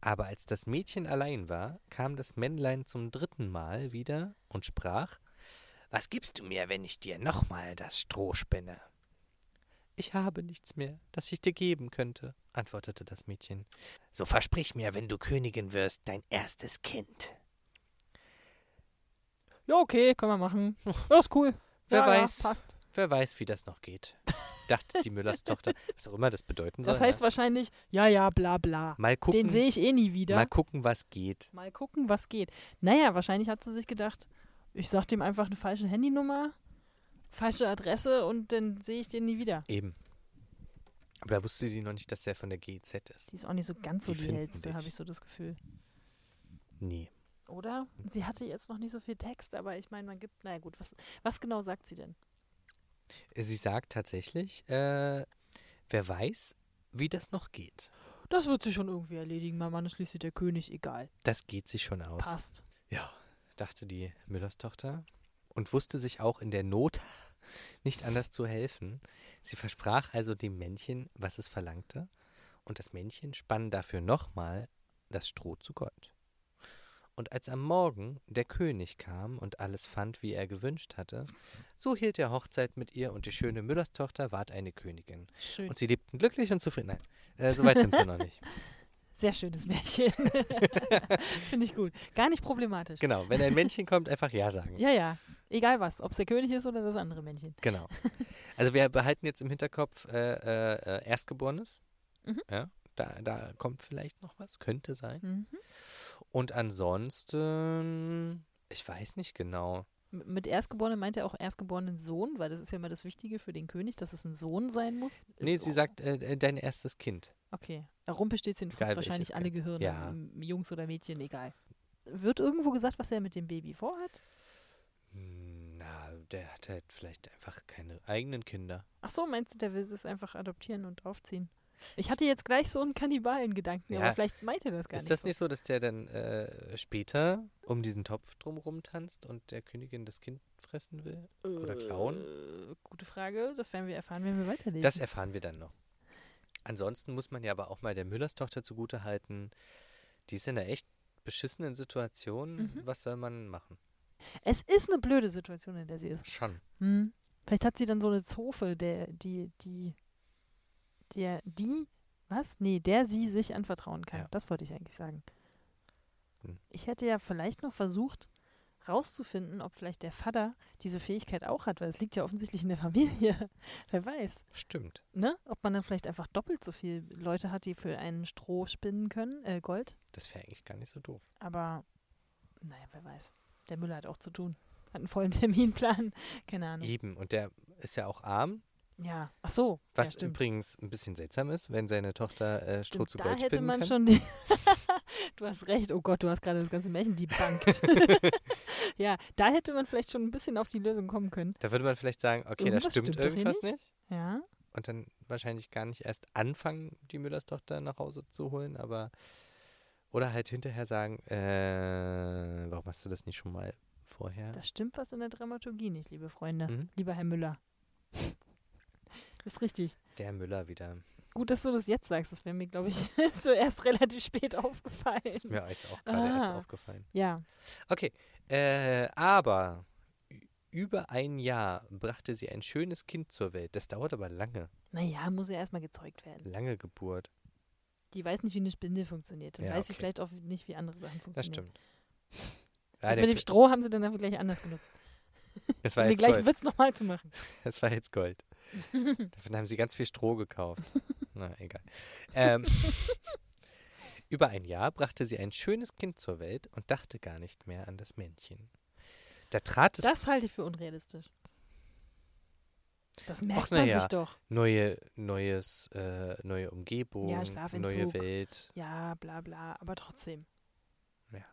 Speaker 2: Aber als das Mädchen allein war, kam das Männlein zum dritten Mal wieder und sprach Was gibst du mir, wenn ich dir nochmal das Stroh spinne? Ich habe nichts mehr, das ich dir geben könnte, antwortete das Mädchen. So versprich mir, wenn du Königin wirst, dein erstes Kind.
Speaker 3: Ja, okay, können
Speaker 2: [laughs]
Speaker 3: wir machen. Das ist cool.
Speaker 2: Wer
Speaker 3: ja,
Speaker 2: weiß.
Speaker 3: Ja, passt.
Speaker 2: Wer weiß, wie das noch geht, dachte die Müllers Tochter, was auch immer das bedeuten soll.
Speaker 3: Das heißt
Speaker 2: ne?
Speaker 3: wahrscheinlich, ja, ja, bla, bla.
Speaker 2: mal gucken,
Speaker 3: Den sehe ich eh nie wieder.
Speaker 2: mal
Speaker 3: Mal,
Speaker 2: gucken, was geht.
Speaker 3: gucken, was geht. Naja, wahrscheinlich hat sie sich gedacht, ich sag dem einfach eine falsche Handynummer, falsche Adresse und dann sehe ich den nie wieder.
Speaker 2: Eben. Aber da wusste die noch nicht, dass er von der GEZ ist.
Speaker 3: Die ist auch nicht so ganz so
Speaker 2: Die
Speaker 3: die,
Speaker 2: finden
Speaker 3: hellste,
Speaker 2: dich.
Speaker 3: habe ich so das Gefühl.
Speaker 2: Nee.
Speaker 3: Oder? Sie hatte jetzt noch nicht so viel Text, aber ich meine, man gibt, naja gut, was, was genau sagt sie denn?
Speaker 2: Sie sagt tatsächlich, äh, wer weiß, wie das noch geht.
Speaker 3: Das wird sie schon irgendwie erledigen, mein Mann ist schließlich der König, egal.
Speaker 2: Das geht sich schon aus.
Speaker 3: Passt.
Speaker 2: Ja, dachte die Müllers Tochter und wusste sich auch in der Not [laughs] nicht anders zu helfen. Sie versprach also dem Männchen, was es verlangte, und das Männchen spann dafür nochmal das Stroh zu Gold. Und als am Morgen der König kam und alles fand, wie er gewünscht hatte, so hielt er Hochzeit mit ihr und die schöne Müllers Tochter ward eine Königin.
Speaker 3: Schön.
Speaker 2: Und sie lebten glücklich und zufrieden. Nein, äh, so weit sind wir noch nicht.
Speaker 3: Sehr schönes Märchen. [laughs] Finde ich gut. Gar nicht problematisch.
Speaker 2: Genau, wenn ein Männchen kommt, einfach Ja sagen.
Speaker 3: Ja, ja. Egal was, ob es der König ist oder das andere Männchen.
Speaker 2: Genau. Also wir behalten jetzt im Hinterkopf äh, äh, äh, Erstgeborenes.
Speaker 3: Mhm.
Speaker 2: Ja, da, da kommt vielleicht noch was, könnte sein.
Speaker 3: Mhm.
Speaker 2: Und ansonsten, ich weiß nicht genau.
Speaker 3: M- Mit Erstgeborenen meint er auch erstgeborenen Sohn, weil das ist ja immer das Wichtige für den König, dass es ein Sohn sein muss.
Speaker 2: Nee,
Speaker 3: Äh,
Speaker 2: sie
Speaker 3: oh,
Speaker 2: sagt äh, äh, dein erstes Kind.
Speaker 3: Okay. Rumpe steht sie in
Speaker 2: Egal,
Speaker 3: Frist
Speaker 2: welches
Speaker 3: wahrscheinlich alle
Speaker 2: Kind.
Speaker 3: Gehirne,
Speaker 2: Ja.
Speaker 3: m- Jungs oder Mädchen, egal. Wird irgendwo gesagt, was er mit dem Baby vorhat?
Speaker 2: Hm, Na, der hat halt vielleicht einfach keine eigenen Kinder.
Speaker 3: Ach so, meinst du, der will es einfach adoptieren und aufziehen? Ich hatte jetzt gleich so einen Kannibalen-Gedanken,
Speaker 2: Ja.
Speaker 3: aber vielleicht meint er das gar
Speaker 2: Ist
Speaker 3: nicht.
Speaker 2: das
Speaker 3: so.
Speaker 2: nicht so, dass der dann äh, später um diesen Topf drumrum tanzt und der Königin das Kind fressen will? oder klauen?
Speaker 3: Äh, gute Frage. Das werden wir erfahren, wenn wir weiterlesen.
Speaker 2: Das erfahren wir dann noch. Ansonsten muss man ja aber auch mal der Müllers Tochter zugutehalten. Die ist in einer echt beschissenen Situation.
Speaker 3: Mhm.
Speaker 2: Was soll man machen?
Speaker 3: es ist eine blöde Situation, in der sie ist.
Speaker 2: Schon.
Speaker 3: Hm. Vielleicht hat sie dann so eine Zofe, der, die, die, der, die, was? Nee, der sie sich anvertrauen kann.
Speaker 2: Ja.
Speaker 3: Das wollte ich eigentlich sagen.
Speaker 2: Hm.
Speaker 3: Ich hätte ja vielleicht noch versucht, rauszufinden, ob vielleicht der Vater diese Fähigkeit auch hat, weil es liegt ja offensichtlich in der Familie. [laughs] Wer weiß,
Speaker 2: Stimmt.
Speaker 3: ne? Ob man dann vielleicht einfach doppelt so viele Leute hat, die für einen Stroh spinnen können, äh, Gold.
Speaker 2: Das wäre eigentlich gar nicht so doof.
Speaker 3: Aber, naja, wer weiß. Der Müller hat auch zu tun. Hat einen vollen [laughs] Terminplan. Keine Ahnung.
Speaker 2: Eben. Und der ist ja auch arm.
Speaker 3: Ja, ach so. ja,
Speaker 2: Was
Speaker 3: stimmt.
Speaker 2: übrigens ein bisschen seltsam ist, wenn seine Tochter äh, Stroh
Speaker 3: Stimmt,
Speaker 2: zu
Speaker 3: da
Speaker 2: Gold
Speaker 3: hätte
Speaker 2: spinnen
Speaker 3: man
Speaker 2: kann.
Speaker 3: schon die. [laughs] du hast recht, oh Gott, du hast gerade das ganze Märchen
Speaker 2: [laughs]
Speaker 3: debunked. ja, da hätte man vielleicht schon ein bisschen auf die Lösung kommen können.
Speaker 2: Da würde man vielleicht sagen, okay, da
Speaker 3: Irgendwas
Speaker 2: stimmt,
Speaker 3: stimmt doch hier
Speaker 2: irgendwas
Speaker 3: nicht.
Speaker 2: nicht.
Speaker 3: Ja,
Speaker 2: Und dann wahrscheinlich gar nicht erst anfangen, die Müllers Tochter nach Hause zu holen, aber oder halt hinterher sagen, äh, warum hast du das nicht schon mal vorher
Speaker 3: da stimmt was in der Dramaturgie nicht, liebe Freunde,
Speaker 2: Mhm.
Speaker 3: lieber Herr Müller. [laughs] ist richtig.
Speaker 2: Der Müller wieder.
Speaker 3: Hm. Gut, dass du das jetzt sagst. Das wäre mir, glaube ich, [laughs] zuerst relativ spät aufgefallen.
Speaker 2: Ist mir jetzt auch gerade erst
Speaker 3: Ah.
Speaker 2: aufgefallen.
Speaker 3: Ja,
Speaker 2: Okay, äh, aber ü- über ein Jahr brachte sie ein schönes Kind zur Welt. Das dauert aber lange,
Speaker 3: naja, muss ja erstmal gezeugt werden.
Speaker 2: lange Geburt.
Speaker 3: Die weiß nicht, wie eine Spindel funktioniert. Und
Speaker 2: Ja,
Speaker 3: weiß sie
Speaker 2: okay.
Speaker 3: vielleicht auch nicht, wie andere Sachen funktionieren.
Speaker 2: Das stimmt. Ja,
Speaker 3: Das
Speaker 2: der
Speaker 3: Also mit dem
Speaker 2: Kö-
Speaker 3: Stroh haben sie dann einfach gleich anders genutzt.
Speaker 2: Das war
Speaker 3: um den
Speaker 2: jetzt
Speaker 3: gleichen
Speaker 2: Gold.
Speaker 3: Witz nochmal zu machen.
Speaker 2: Das war jetzt
Speaker 3: [laughs]
Speaker 2: Gold. Davon haben sie ganz viel Stroh gekauft. Na, egal. Ähm, [laughs] über ein Jahr brachte sie ein schönes Kind zur Welt und dachte gar nicht mehr an das Männchen. Da trat es
Speaker 3: Das halte ich für unrealistisch. Das merkt
Speaker 2: na
Speaker 3: man
Speaker 2: ja.
Speaker 3: sich doch.
Speaker 2: neue, neues, äh, neue Umgebung, neue
Speaker 3: Schlafentzug.
Speaker 2: Welt.
Speaker 3: Ja, bla bla, aber trotzdem.
Speaker 2: Ja.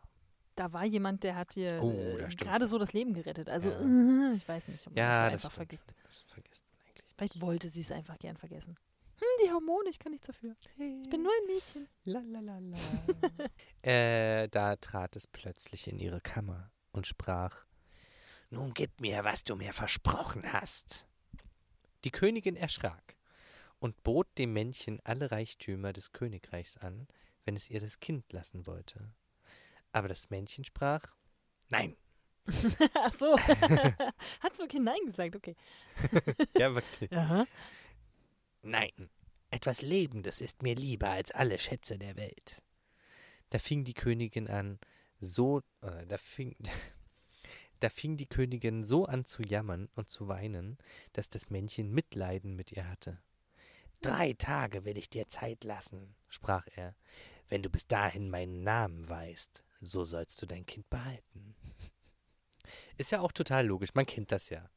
Speaker 3: Da war jemand, der hat dir
Speaker 2: Oh,
Speaker 3: äh,
Speaker 2: das stimmt.
Speaker 3: gerade so das Leben gerettet. Also, äh, ich weiß nicht, ob man
Speaker 2: Ja,
Speaker 3: das so
Speaker 2: das
Speaker 3: einfach
Speaker 2: stimmt.
Speaker 3: vergisst.
Speaker 2: Das vergisst man eigentlich.
Speaker 3: Vielleicht wollte sie es einfach gern vergessen. Hm, die Hormone, ich kann nichts dafür. Ich bin nur ein Mädchen. [laughs]
Speaker 2: La, la, la, la. [laughs] äh, da trat es plötzlich in ihre Kammer und sprach: Nun gib mir, was du mir versprochen hast. Die Königin erschrak und bot dem Männchen alle Reichtümer des Königreichs an, wenn es ihr das Kind lassen wollte. Aber das Männchen sprach: Nein.
Speaker 3: Ach so.
Speaker 2: [laughs]
Speaker 3: Hat's wirklich Nein gesagt, okay.
Speaker 2: Ja, wirklich.
Speaker 3: Aha.
Speaker 2: Nein, etwas Lebendes ist mir lieber als alle Schätze der Welt. Da fing die Königin an, so, äh, da fing, [laughs] da fing die Königin so an zu jammern und zu weinen, dass das Männchen Mitleiden mit ihr hatte. Drei Tage will ich dir Zeit lassen, sprach er. Wenn du bis dahin meinen Namen weißt, so sollst du dein Kind behalten. Ist ja auch total logisch, man kennt das ja.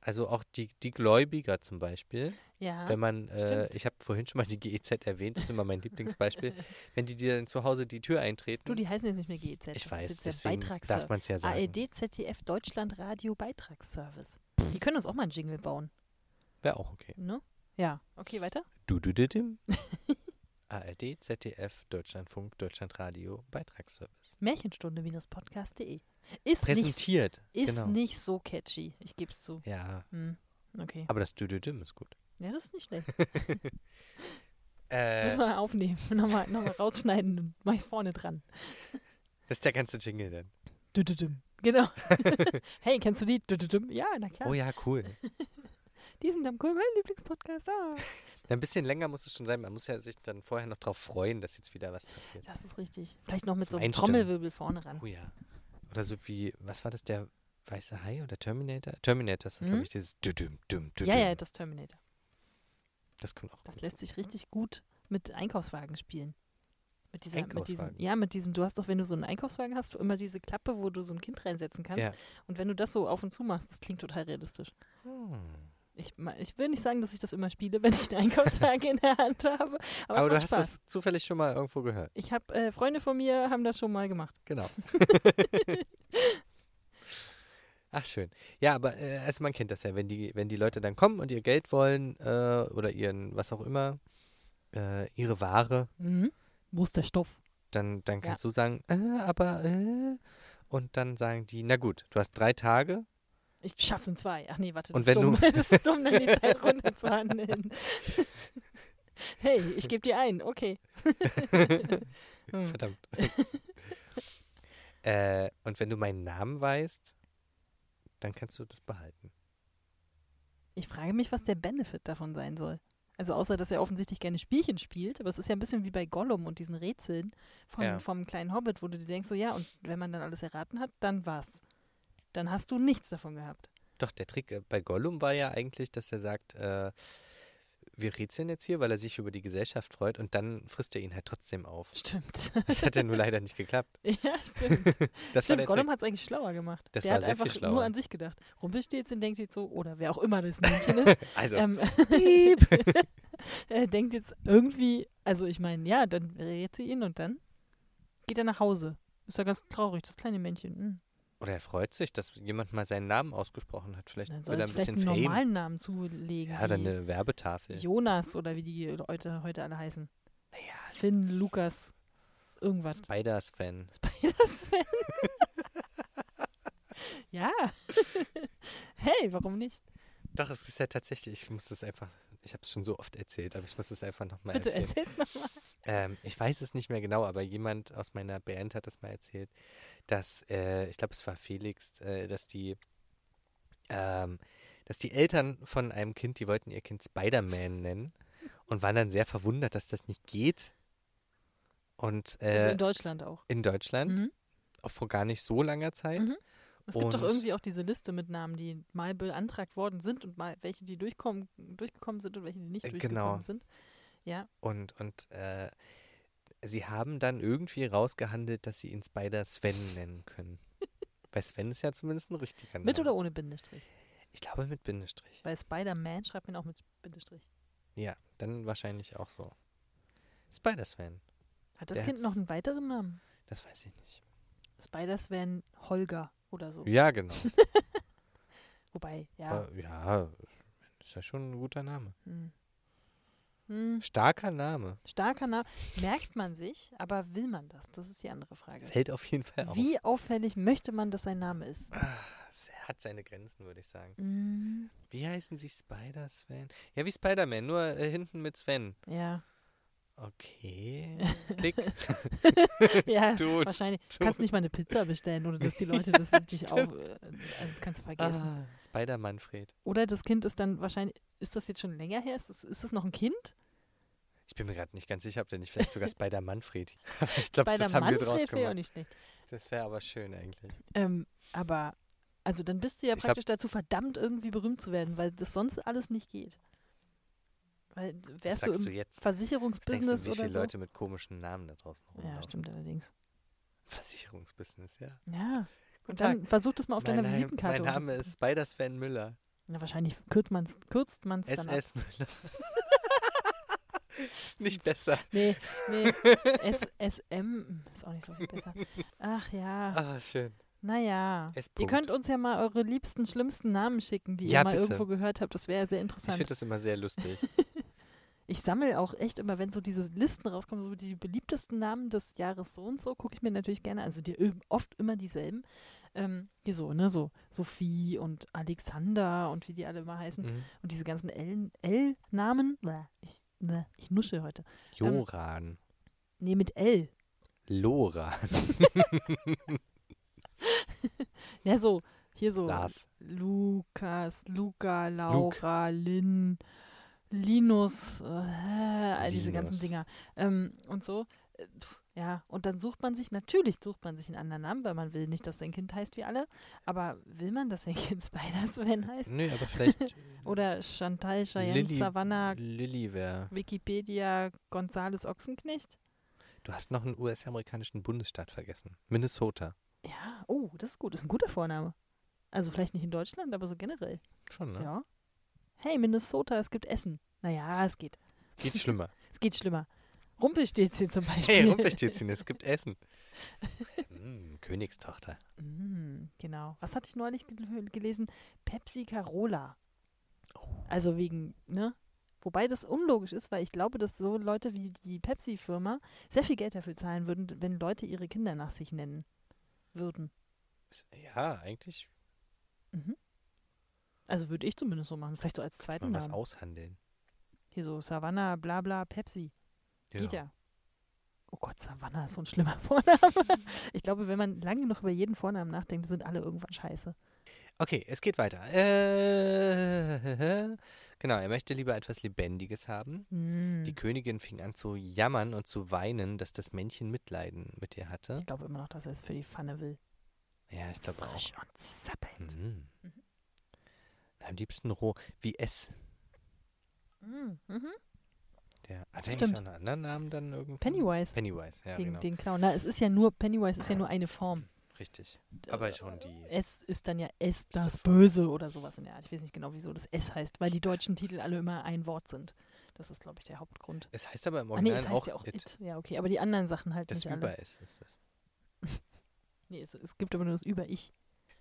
Speaker 2: Also auch die, die Gläubiger zum Beispiel,
Speaker 3: Ja.
Speaker 2: wenn man, äh,
Speaker 3: stimmt.
Speaker 2: ich habe vorhin schon mal die GEZ erwähnt, das ist immer
Speaker 3: [laughs]
Speaker 2: mein Lieblingsbeispiel, wenn die dir dann zu Hause die Tür eintreten.
Speaker 3: Du, die heißen jetzt nicht mehr GEZ. das
Speaker 2: ich
Speaker 3: ist
Speaker 2: weiß,
Speaker 3: jetzt der
Speaker 2: deswegen
Speaker 3: Beitrags
Speaker 2: darf man es ja sagen.
Speaker 3: ARD, ZDF, Deutschland Radio Beitragsservice. Die können uns auch mal einen Jingle bauen,
Speaker 2: Wäre auch okay.
Speaker 3: ne? Ja. Okay, weiter?
Speaker 2: Du, du, du,
Speaker 3: [laughs]
Speaker 2: dim. ARD, ZDF, Deutschlandfunk, Deutschlandradio, Beitragsservice.
Speaker 3: Märchenstunde-podcast.de. Ist, nicht,
Speaker 2: Präsentiert.
Speaker 3: ist
Speaker 2: genau.
Speaker 3: nicht so catchy, ich gebe es zu.
Speaker 2: Ja,
Speaker 3: Hm. Okay.
Speaker 2: aber das du, du, dim ist gut.
Speaker 3: Ja, das ist nicht schlecht.
Speaker 2: [laughs]
Speaker 3: [laughs]
Speaker 2: Äh,
Speaker 3: Nochmal aufnehmen, nochmal, nochmal rausschneiden und mach ich's vorne dran.
Speaker 2: das ist der ganze Jingle dann.
Speaker 3: Dü-dü-düm.
Speaker 2: [laughs]
Speaker 3: Genau. hey, kennst du die? Dü-dü-düm? Ja, na klar.
Speaker 2: Oh ja, cool.
Speaker 3: Die sind am cool, mein Lieblingspodcast. Ah.
Speaker 2: Na, Ein bisschen länger muss es schon sein. Man muss ja sich dann vorher noch drauf freuen, dass jetzt wieder was passiert.
Speaker 3: Das ist richtig. Vielleicht noch mit
Speaker 2: Zum
Speaker 3: so einem
Speaker 2: Einstimmen.
Speaker 3: Trommelwirbel vorne ran.
Speaker 2: Oh ja. Oder so wie, was war das, der weiße Hai oder Terminator? Terminator ist das, glaube
Speaker 3: Mhm.
Speaker 2: ich, dieses dü -düm, düm, dü -düm.
Speaker 3: Ja, ja, das Terminator.
Speaker 2: Das kommt auch.
Speaker 3: Das
Speaker 2: gut.
Speaker 3: lässt sich richtig gut mit Einkaufswagen spielen. Mit, dieser, mit diesem,
Speaker 2: Einkaufswagen?
Speaker 3: ja, mit diesem, du hast doch, wenn du so einen Einkaufswagen hast, du immer diese Klappe, wo du so ein Kind reinsetzen kannst.
Speaker 2: Ja.
Speaker 3: Und wenn du das so auf und zu machst, das klingt total realistisch.
Speaker 2: Hm.
Speaker 3: Ich, ma- ich will nicht sagen, dass ich das immer spiele, [laughs] wenn ich einen Einkaufswagen in der Hand habe.
Speaker 2: Aber
Speaker 3: Aber,
Speaker 2: du
Speaker 3: es macht
Speaker 2: hast
Speaker 3: Spaß.
Speaker 2: das zufällig schon mal irgendwo gehört.
Speaker 3: Ich habe äh, Freunde von mir haben das schon mal gemacht.
Speaker 2: Genau. [laughs] Ach schön. Ja, aber äh, also man kennt das ja, wenn die, wenn die Leute dann kommen und ihr Geld wollen äh, oder ihren, was auch immer, äh, ihre Ware,
Speaker 3: Mhm. Wo ist der Stoff?
Speaker 2: dann, dann kannst du sagen, äh, aber äh, und dann sagen die, na gut, du hast drei
Speaker 3: [laughs]
Speaker 2: Tage,
Speaker 3: Ich schaff's in zwei. Ach nee, warte, das
Speaker 2: Und
Speaker 3: ist
Speaker 2: wenn
Speaker 3: dumm. [laughs]
Speaker 2: du-
Speaker 3: das ist dumm, dann die
Speaker 2: [laughs]
Speaker 3: Zeit runterzuhandeln. hey, ich gebe dir ein. Okay. Hm.
Speaker 2: Verdammt. [laughs] äh, und wenn du meinen Namen weißt, dann kannst du das behalten.
Speaker 3: Ich frage mich, was der Benefit davon sein soll. Also außer, dass er offensichtlich gerne Spielchen spielt, aber es ist ja ein bisschen wie bei Gollum und diesen Rätseln vom,
Speaker 2: Ja.
Speaker 3: vom kleinen Hobbit, wo du dir denkst, so ja, und wenn man dann alles erraten hat, dann was? Dann hast du nichts davon gehabt.
Speaker 2: Doch, der Trick äh, bei Gollum war ja eigentlich, dass er sagt, äh, wir rätseln jetzt hier, weil er sich über die Gesellschaft freut und dann frisst er ihn halt trotzdem auf.
Speaker 3: Stimmt.
Speaker 2: Das hat ja nur leider nicht geklappt.
Speaker 3: [laughs] ja, stimmt.
Speaker 2: Das
Speaker 3: Stimmt,
Speaker 2: war der
Speaker 3: Gollum hat es eigentlich schlauer gemacht.
Speaker 2: Das
Speaker 3: der
Speaker 2: war
Speaker 3: hat
Speaker 2: sehr viel
Speaker 3: einfach
Speaker 2: schlauer.
Speaker 3: nur an sich gedacht. Rumpelstilzchen denkt jetzt so, oder wer auch immer das Männchen
Speaker 2: [laughs]
Speaker 3: ist,
Speaker 2: Trick. Also,
Speaker 3: ähm, [laughs] er denkt jetzt irgendwie, also ich meine, ja, dann rät sie ihn und dann geht er nach Hause. Ist ja ganz traurig, das kleine Männchen. Hm.
Speaker 2: oder er freut sich, dass jemand mal seinen Namen ausgesprochen hat. Vielleicht
Speaker 3: Dann
Speaker 2: will
Speaker 3: soll
Speaker 2: er
Speaker 3: er
Speaker 2: ein
Speaker 3: vielleicht
Speaker 2: bisschen
Speaker 3: einen
Speaker 2: Fame.
Speaker 3: normalen Namen zulegen.
Speaker 2: Ja, dann äh,
Speaker 3: wie
Speaker 2: eine Werbetafel.
Speaker 3: Jonas oder wie die Leute heute alle heißen.
Speaker 2: Naja,
Speaker 3: Finn, Lukas,
Speaker 2: [laughs]
Speaker 3: irgendwas.
Speaker 2: Spiders-Fan.
Speaker 3: Spider-Sven. [laughs] ja. [laughs] hey, warum nicht?
Speaker 2: Doch, es ist ja tatsächlich, ich muss das einfach, ich habe es schon so oft erzählt, aber ich muss es einfach nochmal
Speaker 3: Bitte
Speaker 2: erzählen.
Speaker 3: erzähl nochmal.
Speaker 2: Ähm, ich weiß es nicht mehr genau, aber jemand aus meiner Band hat das mal erzählt, dass, äh, ich glaube, es war Felix, äh, dass die, ähm, dass die Eltern von einem Kind, die wollten ihr Kind Spider-Man nennen und waren dann sehr verwundert, dass das nicht geht. Und äh,
Speaker 3: Also in Deutschland auch.
Speaker 2: in Deutschland,
Speaker 3: Mhm.
Speaker 2: auch vor gar nicht so langer Zeit.
Speaker 3: Mhm. Es gibt doch
Speaker 2: Und-
Speaker 3: irgendwie auch diese Liste mit Namen, die mal beantragt worden sind und mal welche, die durchkommen, durchgekommen sind und welche, die nicht
Speaker 2: Äh, genau.
Speaker 3: durchgekommen sind. Ja,
Speaker 2: Und, und äh, sie haben dann irgendwie rausgehandelt, dass sie ihn Spider Sven nennen
Speaker 3: [laughs]
Speaker 2: können. Bei Sven ist ja zumindest ein richtiger Name.
Speaker 3: mit oder ohne Bindestrich?
Speaker 2: Ich glaube mit Bindestrich.
Speaker 3: Bei Spider-Man schreibt man auch mit Bindestrich.
Speaker 2: Ja, dann wahrscheinlich auch so. Spider Sven.
Speaker 3: Hat das
Speaker 2: Der
Speaker 3: Kind
Speaker 2: hat's-
Speaker 3: noch einen weiteren Namen?
Speaker 2: Das weiß ich nicht.
Speaker 3: Spiders wären Holger oder so.
Speaker 2: Ja, genau.
Speaker 3: Wobei, ja.
Speaker 2: Äh, ja, ist ja schon ein guter Name.
Speaker 3: Hm. Hm,
Speaker 2: Starker Name.
Speaker 3: starker Name. Merkt man sich, aber will man das? Das ist die andere Frage.
Speaker 2: Fällt auf jeden Fall auf. Ah.
Speaker 3: Wie auffällig möchte man, dass sein Name ist?
Speaker 2: Es hat seine Grenzen, würde ich sagen.
Speaker 3: Hm,
Speaker 2: Wie heißen sie Spider Sven? Ja, wie Spider-Man, nur äh, hinten mit Sven. [laughs]
Speaker 3: ja. [laughs]
Speaker 2: Okay. Klick.
Speaker 3: ja,
Speaker 2: Dude. [laughs]
Speaker 3: wahrscheinlich.
Speaker 2: tot.
Speaker 3: Du kannst nicht mal eine Pizza bestellen,
Speaker 2: [laughs]
Speaker 3: ohne dass die Leute das dich auch. äh, Also das kannst du vergessen.
Speaker 2: Ah, Spider-Manfred.
Speaker 3: Oder das Kind ist dann wahrscheinlich. Ist das jetzt schon länger her? Ist das, ist das noch ein Kind?
Speaker 2: Ich bin mir gerade nicht ganz sicher, ob der nicht vielleicht
Speaker 3: [laughs]
Speaker 2: sogar Spider-Manfred. [laughs] Aber ich glaube,
Speaker 3: Bei der
Speaker 2: das haben wir draus
Speaker 3: Manfred wäre ja auch
Speaker 2: gemacht.
Speaker 3: nicht schlecht.
Speaker 2: Das wäre aber schön eigentlich.
Speaker 3: Ähm, aber, also dann bist du ja
Speaker 2: Ich glaub-
Speaker 3: praktisch dazu verdammt, irgendwie berühmt zu werden, weil das sonst alles nicht geht. Weil d-
Speaker 2: Was
Speaker 3: wärst du
Speaker 2: sagst
Speaker 3: im
Speaker 2: du jetzt? Was denkst
Speaker 3: Versicherungsbusiness
Speaker 2: du, wie
Speaker 3: oder
Speaker 2: viele
Speaker 3: so.
Speaker 2: Leute mit komischen Namen da draußen
Speaker 3: ja,
Speaker 2: rumlaufen?
Speaker 3: stimmt allerdings.
Speaker 2: Versicherungsbusiness, ja.
Speaker 3: Ja.
Speaker 2: Guten
Speaker 3: Und dann
Speaker 2: Tag.
Speaker 3: versuch das mal auf
Speaker 2: mein
Speaker 3: deiner
Speaker 2: Name-
Speaker 3: Visitenkarte.
Speaker 2: Mein Name
Speaker 3: unterzubringen.
Speaker 2: ist Spider-Sven Müller.
Speaker 3: Na, wahrscheinlich kürzt man es kürzt man's dann ab.
Speaker 2: SS
Speaker 3: [laughs]
Speaker 2: Müller. ist nicht besser.
Speaker 3: Nee,
Speaker 2: [laughs]
Speaker 3: nee. SSM hm, ist auch nicht so viel besser. Ach ja.
Speaker 2: Ah, schön.
Speaker 3: Naja.
Speaker 2: S.
Speaker 3: Ihr
Speaker 2: Punkt.
Speaker 3: könnt uns ja mal eure liebsten, schlimmsten Namen schicken, die
Speaker 2: Ja,
Speaker 3: ihr mal
Speaker 2: bitte.
Speaker 3: irgendwo gehört habt. Das wäre sehr
Speaker 2: Ich
Speaker 3: interessant.
Speaker 2: finde das immer sehr
Speaker 3: [laughs]
Speaker 2: lustig.
Speaker 3: Ich sammle auch echt immer, wenn so diese Listen rauskommen, so die beliebtesten Namen des Jahres so und so, gucke ich mir natürlich gerne, also die ö- oft immer dieselben. Ähm, hier so, ne, so Sophie und Alexander und wie die alle immer heißen.
Speaker 2: Mhm.
Speaker 3: Und diese ganzen L- L-Namen, Bäh, ich, bäh, ich nusche heute.
Speaker 2: Joran.
Speaker 3: Nee, mit L.
Speaker 2: Loran.
Speaker 3: Ja, so, hier so.
Speaker 2: Lars.
Speaker 3: Lukas, Luca, Laura, Lin, Linus, äh, all diese ganzen
Speaker 2: Linus.
Speaker 3: Dinger. Ähm, und so. Äh, pf, Ja, und dann sucht man sich, natürlich sucht man sich einen anderen Namen, weil man will nicht, dass sein Kind heißt wie alle. Aber will man, dass sein Kind [laughs] Spider-Sven heißt?
Speaker 2: Nö, aber vielleicht
Speaker 3: Oder Chantal, [laughs] Cheyenne,
Speaker 2: Mhm. Lilly.
Speaker 3: Savannah,
Speaker 2: Lilly wäre.
Speaker 3: Wikipedia, Gonzales Ochsenknecht?
Speaker 2: Du hast noch einen US-amerikanischen Bundesstaat vergessen. Minnesota.
Speaker 3: Ja, oh, das ist gut. Das ist ein guter Vorname. Also vielleicht nicht in Deutschland, aber so generell.
Speaker 2: Schon, ne?
Speaker 3: Ja. Hey, Minnesota, es gibt Essen. Naja, es geht.
Speaker 2: Geht
Speaker 3: [laughs]
Speaker 2: schlimmer.
Speaker 3: Es geht schlimmer. Rumpelstilzchen zum Beispiel.
Speaker 2: [laughs] Hey, Rumpelstilzchen, es gibt
Speaker 3: [laughs]
Speaker 2: Essen. mm, Königstochter.
Speaker 3: Mm, genau. Was hatte ich neulich gel gelesen? Pepsi Carola. Also wegen, ne? Wobei das unlogisch ist, weil ich glaube, dass so Leute wie die Pepsi-Firma sehr viel Geld dafür zahlen würden, wenn Leute ihre Kinder nach sich nennen würden.
Speaker 2: Ist- Ja, eigentlich
Speaker 3: Also würde ich zumindest so machen. Vielleicht so als
Speaker 2: muss
Speaker 3: zweiten
Speaker 2: man was
Speaker 3: Namen.
Speaker 2: aushandeln.
Speaker 3: Hier so Savannah, bla bla, Pepsi. Geht ja. Oh Gott, Savannah ist so ein schlimmer [laughs] Vorname. Ich glaube, wenn man lange noch über jeden Vornamen nachdenkt, sind alle irgendwann scheiße.
Speaker 2: Okay, es geht weiter. Äh, [laughs] genau, er möchte lieber etwas Lebendiges haben.
Speaker 3: Mm.
Speaker 2: Die Königin fing an zu jammern und zu weinen, dass das Männchen Mitleiden mit ihr hatte.
Speaker 3: Ich glaube immer noch, dass er es für die Pfanne will.
Speaker 2: Ja, ich glaube auch.
Speaker 3: Frisch und zappelnd.
Speaker 2: Mhm. Am liebsten roh, wie S.
Speaker 3: Mm, Mhm.
Speaker 2: Der hat er eigentlich
Speaker 3: Stimmt.
Speaker 2: noch einen anderen Namen dann irgendwie.
Speaker 3: Pennywise,
Speaker 2: Pennywise, ja,
Speaker 3: den,
Speaker 2: genau.
Speaker 3: den Clown. Na, es ist ja nur, Pennywise ist ja nur eine Form.
Speaker 2: Richtig.
Speaker 3: Äh,
Speaker 2: Aber schon die.
Speaker 3: Es ist dann ja S,
Speaker 2: der
Speaker 3: das
Speaker 2: Form.
Speaker 3: Böse oder sowas in der Art. Ich weiß nicht genau, wieso das S heißt, weil die deutschen Titel alle immer ein Wort sind. Das ist, glaube ich, der Hauptgrund.
Speaker 2: Es heißt aber im
Speaker 3: Ah, nee,
Speaker 2: Original
Speaker 3: es heißt
Speaker 2: auch,
Speaker 3: ja auch
Speaker 2: It.
Speaker 3: it. Ja, okay, aber die anderen Sachen halt
Speaker 2: Das
Speaker 3: nicht alle.
Speaker 2: Über ist, ist das.
Speaker 3: Nee, es, es gibt aber nur das Über-Ich.